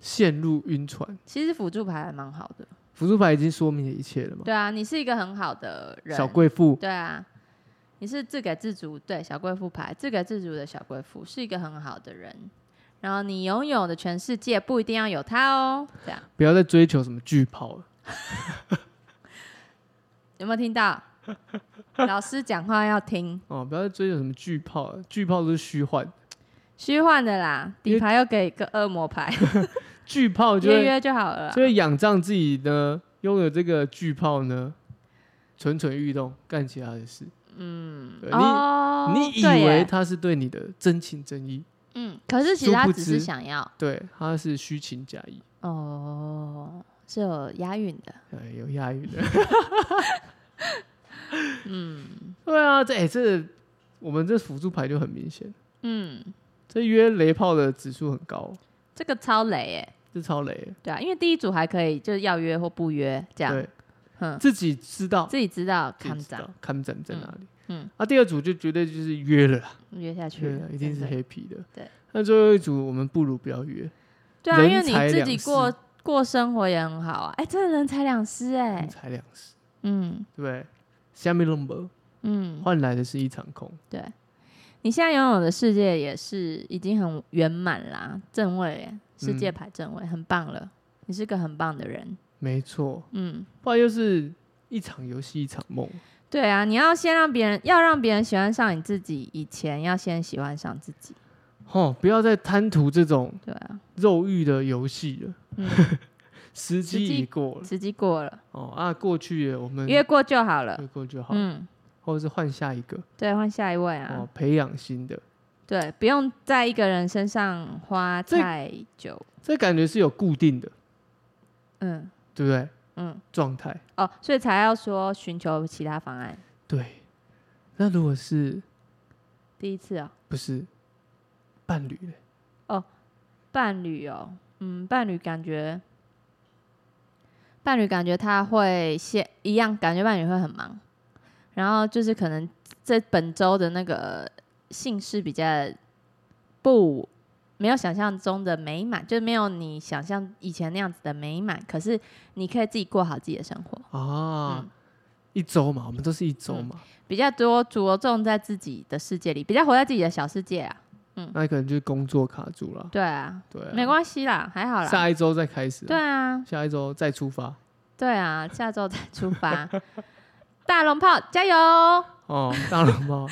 [SPEAKER 1] 陷入晕船。
[SPEAKER 2] 其实辅助牌还蛮好的。
[SPEAKER 1] 辅助牌已经说明了一切了嘛，
[SPEAKER 2] 对啊，你是一个很好的人。
[SPEAKER 1] 小贵妇
[SPEAKER 2] 对啊，你是自给自足，对小贵妇牌，自给自足的小贵妇是一个很好的人。然后你拥有的全世界不一定要有他哦，这样
[SPEAKER 1] 不要再追求什么巨炮了。
[SPEAKER 2] 有没有听 到？老师讲话要听，
[SPEAKER 1] 哦，不要再追求什么巨炮了，巨炮都是虚幻，
[SPEAKER 2] 虚幻的啦，
[SPEAKER 1] 因为
[SPEAKER 2] 底牌又给一个恶魔牌，
[SPEAKER 1] 巨炮就
[SPEAKER 2] 约
[SPEAKER 1] 会
[SPEAKER 2] 约就好了啦。啊
[SPEAKER 1] 就会仰仗自己呢，拥有这个巨炮呢，蠢蠢欲动，干其他的事。
[SPEAKER 2] 嗯
[SPEAKER 1] 对，你
[SPEAKER 2] 哦，
[SPEAKER 1] 你以
[SPEAKER 2] 对耶
[SPEAKER 1] 为他是对你的真情真意，
[SPEAKER 2] 嗯，可是其实
[SPEAKER 1] 殊
[SPEAKER 2] 他
[SPEAKER 1] 不
[SPEAKER 2] 只是
[SPEAKER 1] 知
[SPEAKER 2] 想要
[SPEAKER 1] 对，他是虚情假意，
[SPEAKER 2] 哦，是有押韵的，
[SPEAKER 1] 哎，有押韵的。
[SPEAKER 2] 嗯
[SPEAKER 1] 对啊，这哎、这我们这辅助牌就很明显，
[SPEAKER 2] 嗯，
[SPEAKER 1] 这约雷炮的指数很高，
[SPEAKER 2] 这个超雷哎，
[SPEAKER 1] 这超雷耶。
[SPEAKER 2] 对啊，因为第一组还可以就是要约或不约这样，
[SPEAKER 1] 对，
[SPEAKER 2] 嗯，
[SPEAKER 1] 自己知道，
[SPEAKER 2] 自己知道看
[SPEAKER 1] 自己知
[SPEAKER 2] 长
[SPEAKER 1] 道看不长在哪里。
[SPEAKER 2] 嗯嗯
[SPEAKER 1] 啊，第二组就绝对就是约了啦，
[SPEAKER 2] 约下去
[SPEAKER 1] 约了，一定是
[SPEAKER 2] 真的
[SPEAKER 1] 黑皮的。
[SPEAKER 2] 对，
[SPEAKER 1] 那最后一组我们不如不要约，
[SPEAKER 2] 对啊，因为
[SPEAKER 1] 人财
[SPEAKER 2] 你自己
[SPEAKER 1] 两失
[SPEAKER 2] 过过生活也很好啊，哎，真的人财两失哎，
[SPEAKER 1] 才两十，
[SPEAKER 2] 嗯
[SPEAKER 1] 对不对？下面 number
[SPEAKER 2] 嗯，
[SPEAKER 1] 换来的是一场空，
[SPEAKER 2] 对，你现在拥有的世界也是已经很圆满啦，正位耶世界
[SPEAKER 1] 嗯
[SPEAKER 2] 牌正位、很棒了，你是个很棒的人，
[SPEAKER 1] 没错。
[SPEAKER 2] 嗯，
[SPEAKER 1] 不然又是一场游戏一场梦。
[SPEAKER 2] 对啊，你要先让别人，要让别人喜欢上你自己，以前要先喜欢上自己。
[SPEAKER 1] 哦，不要再贪图这种
[SPEAKER 2] 对啊，
[SPEAKER 1] 肉欲的游戏了，
[SPEAKER 2] 嗯，
[SPEAKER 1] 时机
[SPEAKER 2] 时机
[SPEAKER 1] 已过了。
[SPEAKER 2] 时机过了，
[SPEAKER 1] 哦啊，过去了我们
[SPEAKER 2] 越过就好了。
[SPEAKER 1] 越过就好，
[SPEAKER 2] 嗯，
[SPEAKER 1] 或者是换下一个
[SPEAKER 2] 对，换下一位啊。
[SPEAKER 1] 哦，培养新的。
[SPEAKER 2] 对，不用在一个人身上花
[SPEAKER 1] 这
[SPEAKER 2] 太久。
[SPEAKER 1] 这感觉是有固定的，
[SPEAKER 2] 嗯
[SPEAKER 1] 对不对？
[SPEAKER 2] 嗯，
[SPEAKER 1] 状态
[SPEAKER 2] 哦，所以才要说寻求其他方案。
[SPEAKER 1] 对。那如果是
[SPEAKER 2] 第一次哦，
[SPEAKER 1] 不是伴侣嘞？
[SPEAKER 2] 伴侣哦，嗯，伴侣感觉，伴侣感觉他会先一样，感觉伴侣会很忙，然后就是可能这本周的那个性事比较不没有想象中的美满，就是没有你想象以前那样子的美满，可是你可以自己过好自己的生活，
[SPEAKER 1] 啊，
[SPEAKER 2] 嗯
[SPEAKER 1] 一周嘛，我们都是一周嘛，
[SPEAKER 2] 比较多着重在自己的世界里，比较活在自己的小世界啊，
[SPEAKER 1] 那可能就是工作卡住了，
[SPEAKER 2] 对啊，
[SPEAKER 1] 对啊、
[SPEAKER 2] 没关系啦，还好啦，
[SPEAKER 1] 下一周再开始啊、
[SPEAKER 2] 对啊，
[SPEAKER 1] 下一周再出 发
[SPEAKER 2] 对啊，下周再出发。 大龙炮，加油！
[SPEAKER 1] 哦，大龙猫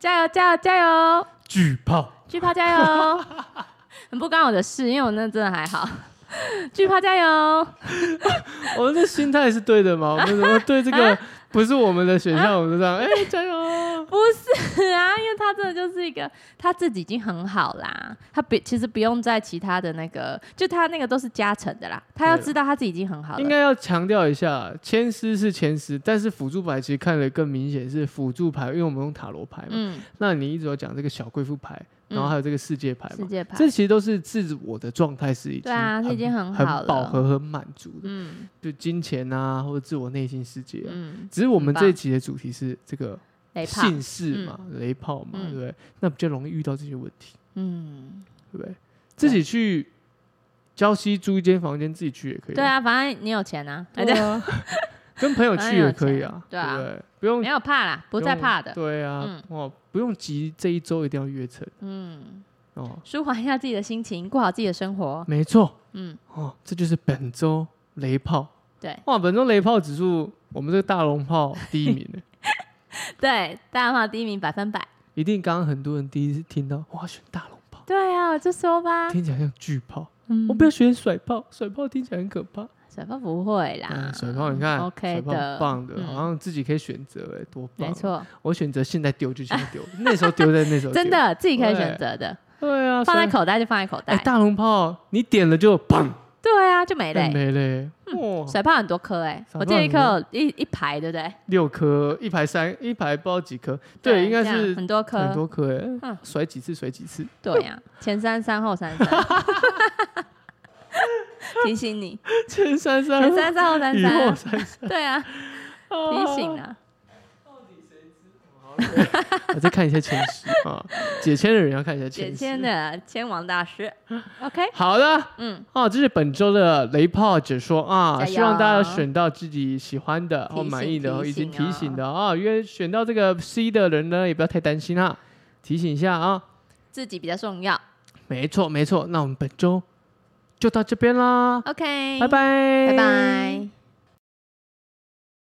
[SPEAKER 2] 加油！加油！加油！
[SPEAKER 1] 巨炮，
[SPEAKER 2] 巨炮加油！ 很不干我的事，因为我那真的还好。巨炮加油！
[SPEAKER 1] 我们的心态是对的吗？我们怎么对这 个不是我们的选项，我们就这样，哎、加油！
[SPEAKER 2] 不是啊，因为他真的就是一个他自己已经很好啦，他不其实不用在其他的那个，就他那个都是加成的啦。他要
[SPEAKER 1] 对
[SPEAKER 2] 知道他自己已经很好
[SPEAKER 1] 应
[SPEAKER 2] 了。
[SPEAKER 1] 该要强调一下，签诗是签诗，但是辅助牌其实看得更明显是辅助牌，因为我们用塔罗牌嘛。
[SPEAKER 2] 嗯，
[SPEAKER 1] 那你一直有讲这个小贵妇牌，然后还有这个世界牌
[SPEAKER 2] 世
[SPEAKER 1] 嘛，
[SPEAKER 2] 界牌，
[SPEAKER 1] 这其实都是自我的状态是已经
[SPEAKER 2] 对啊，他已经很
[SPEAKER 1] 很
[SPEAKER 2] 好了。
[SPEAKER 1] 饱和、很满足的，
[SPEAKER 2] 嗯
[SPEAKER 1] 就金钱啊，或者自我内心世界啊。
[SPEAKER 2] 嗯，
[SPEAKER 1] 只是我们
[SPEAKER 2] 很棒
[SPEAKER 1] 这一集的主题是这个
[SPEAKER 2] 雷炮，
[SPEAKER 1] 姓氏嘛，雷炮嘛，
[SPEAKER 2] 嗯
[SPEAKER 1] 对不对？那比较容易遇到这些问题，
[SPEAKER 2] 嗯。
[SPEAKER 1] 对不对？自己去礁溪租一间房间，自己去也可以、
[SPEAKER 2] 对，啊，反正你有钱啊，哎
[SPEAKER 1] 对啊，跟朋友去也可以啊，
[SPEAKER 2] 反正有钱对啊
[SPEAKER 1] 不对？不用
[SPEAKER 2] 没有怕啦，不再
[SPEAKER 1] 用
[SPEAKER 2] 怕的，
[SPEAKER 1] 对啊，哦，不用急，这一周一定要约成
[SPEAKER 2] 嗯，
[SPEAKER 1] 哦，
[SPEAKER 2] 舒缓一下自己的心情，过好自己的生 活，
[SPEAKER 1] 没错
[SPEAKER 2] 哦嗯，
[SPEAKER 1] 哦，这就是本周雷炮
[SPEAKER 2] 对
[SPEAKER 1] 哇！本周雷炮指数，我们这个大龙炮 第一名呢
[SPEAKER 2] 对，大话第一名百分百，
[SPEAKER 1] 一定刚刚很多人第一次听到哇，选大龙炮，
[SPEAKER 2] 对啊，我就说吧，
[SPEAKER 1] 听起来像巨炮。
[SPEAKER 2] 嗯
[SPEAKER 1] 我不要选甩炮，甩炮听起来很可怕。
[SPEAKER 2] 甩炮不会啦
[SPEAKER 1] 嗯，，甩炮你看甩
[SPEAKER 2] ，OK
[SPEAKER 1] 炮很
[SPEAKER 2] 的，
[SPEAKER 1] 棒的，
[SPEAKER 2] 嗯
[SPEAKER 1] 好像自己可以选择，哎，多棒！
[SPEAKER 2] 没，错，
[SPEAKER 1] 我选择现在丢就现在丢， 那时候丢在那时候丢
[SPEAKER 2] 真，的自己可以
[SPEAKER 1] 对
[SPEAKER 2] 选择的，
[SPEAKER 1] 对啊，
[SPEAKER 2] 放在
[SPEAKER 1] 甩
[SPEAKER 2] 口袋就放在口
[SPEAKER 1] 哎
[SPEAKER 2] 袋，
[SPEAKER 1] 大龙炮，你点了就砰，
[SPEAKER 2] 对啊，就没
[SPEAKER 1] 哎
[SPEAKER 2] 嘞。嗯
[SPEAKER 1] 没嘞，哇，
[SPEAKER 2] 甩炮很多颗哎，
[SPEAKER 1] 甩炮
[SPEAKER 2] 我记得一
[SPEAKER 1] 很
[SPEAKER 2] 颗
[SPEAKER 1] 多
[SPEAKER 2] 有一一排，对不对？
[SPEAKER 1] 六颗，一排三，一排不知道几颗，对，应该
[SPEAKER 2] 这样
[SPEAKER 1] 是
[SPEAKER 2] 很多
[SPEAKER 1] 很
[SPEAKER 2] 颗，
[SPEAKER 1] 多颗，哎
[SPEAKER 2] 嗯，
[SPEAKER 1] 甩几次甩几次，
[SPEAKER 2] 对呀，前三三后 三三，提醒你，
[SPEAKER 1] 前三三，
[SPEAKER 2] 前三三后三
[SPEAKER 1] 雨
[SPEAKER 2] 三
[SPEAKER 1] 后，哦三三，
[SPEAKER 2] 对啊，提醒啊，
[SPEAKER 1] 啊，我再看一下前十 啊，解签的人要看一下
[SPEAKER 2] 解
[SPEAKER 1] 前
[SPEAKER 2] 签
[SPEAKER 1] 十。
[SPEAKER 2] 的千王 大师，OK，
[SPEAKER 1] 好的，
[SPEAKER 2] 嗯，
[SPEAKER 1] 哦，这是本周的雷炮解说啊，
[SPEAKER 2] 加油
[SPEAKER 1] 希望大家选到自己喜欢的、
[SPEAKER 2] 提
[SPEAKER 1] 哦
[SPEAKER 2] 醒
[SPEAKER 1] 满意的、哦、
[SPEAKER 2] 提
[SPEAKER 1] 已经
[SPEAKER 2] 醒
[SPEAKER 1] 提
[SPEAKER 2] 哦
[SPEAKER 1] 醒的啊，因为选到这个 C 的人呢，也不要太担心啊，提醒一下啊。
[SPEAKER 2] 自己比较重要
[SPEAKER 1] 没错，没错，那我们本周就到这边啦，
[SPEAKER 2] ，OK，
[SPEAKER 1] 拜拜，
[SPEAKER 2] 拜拜。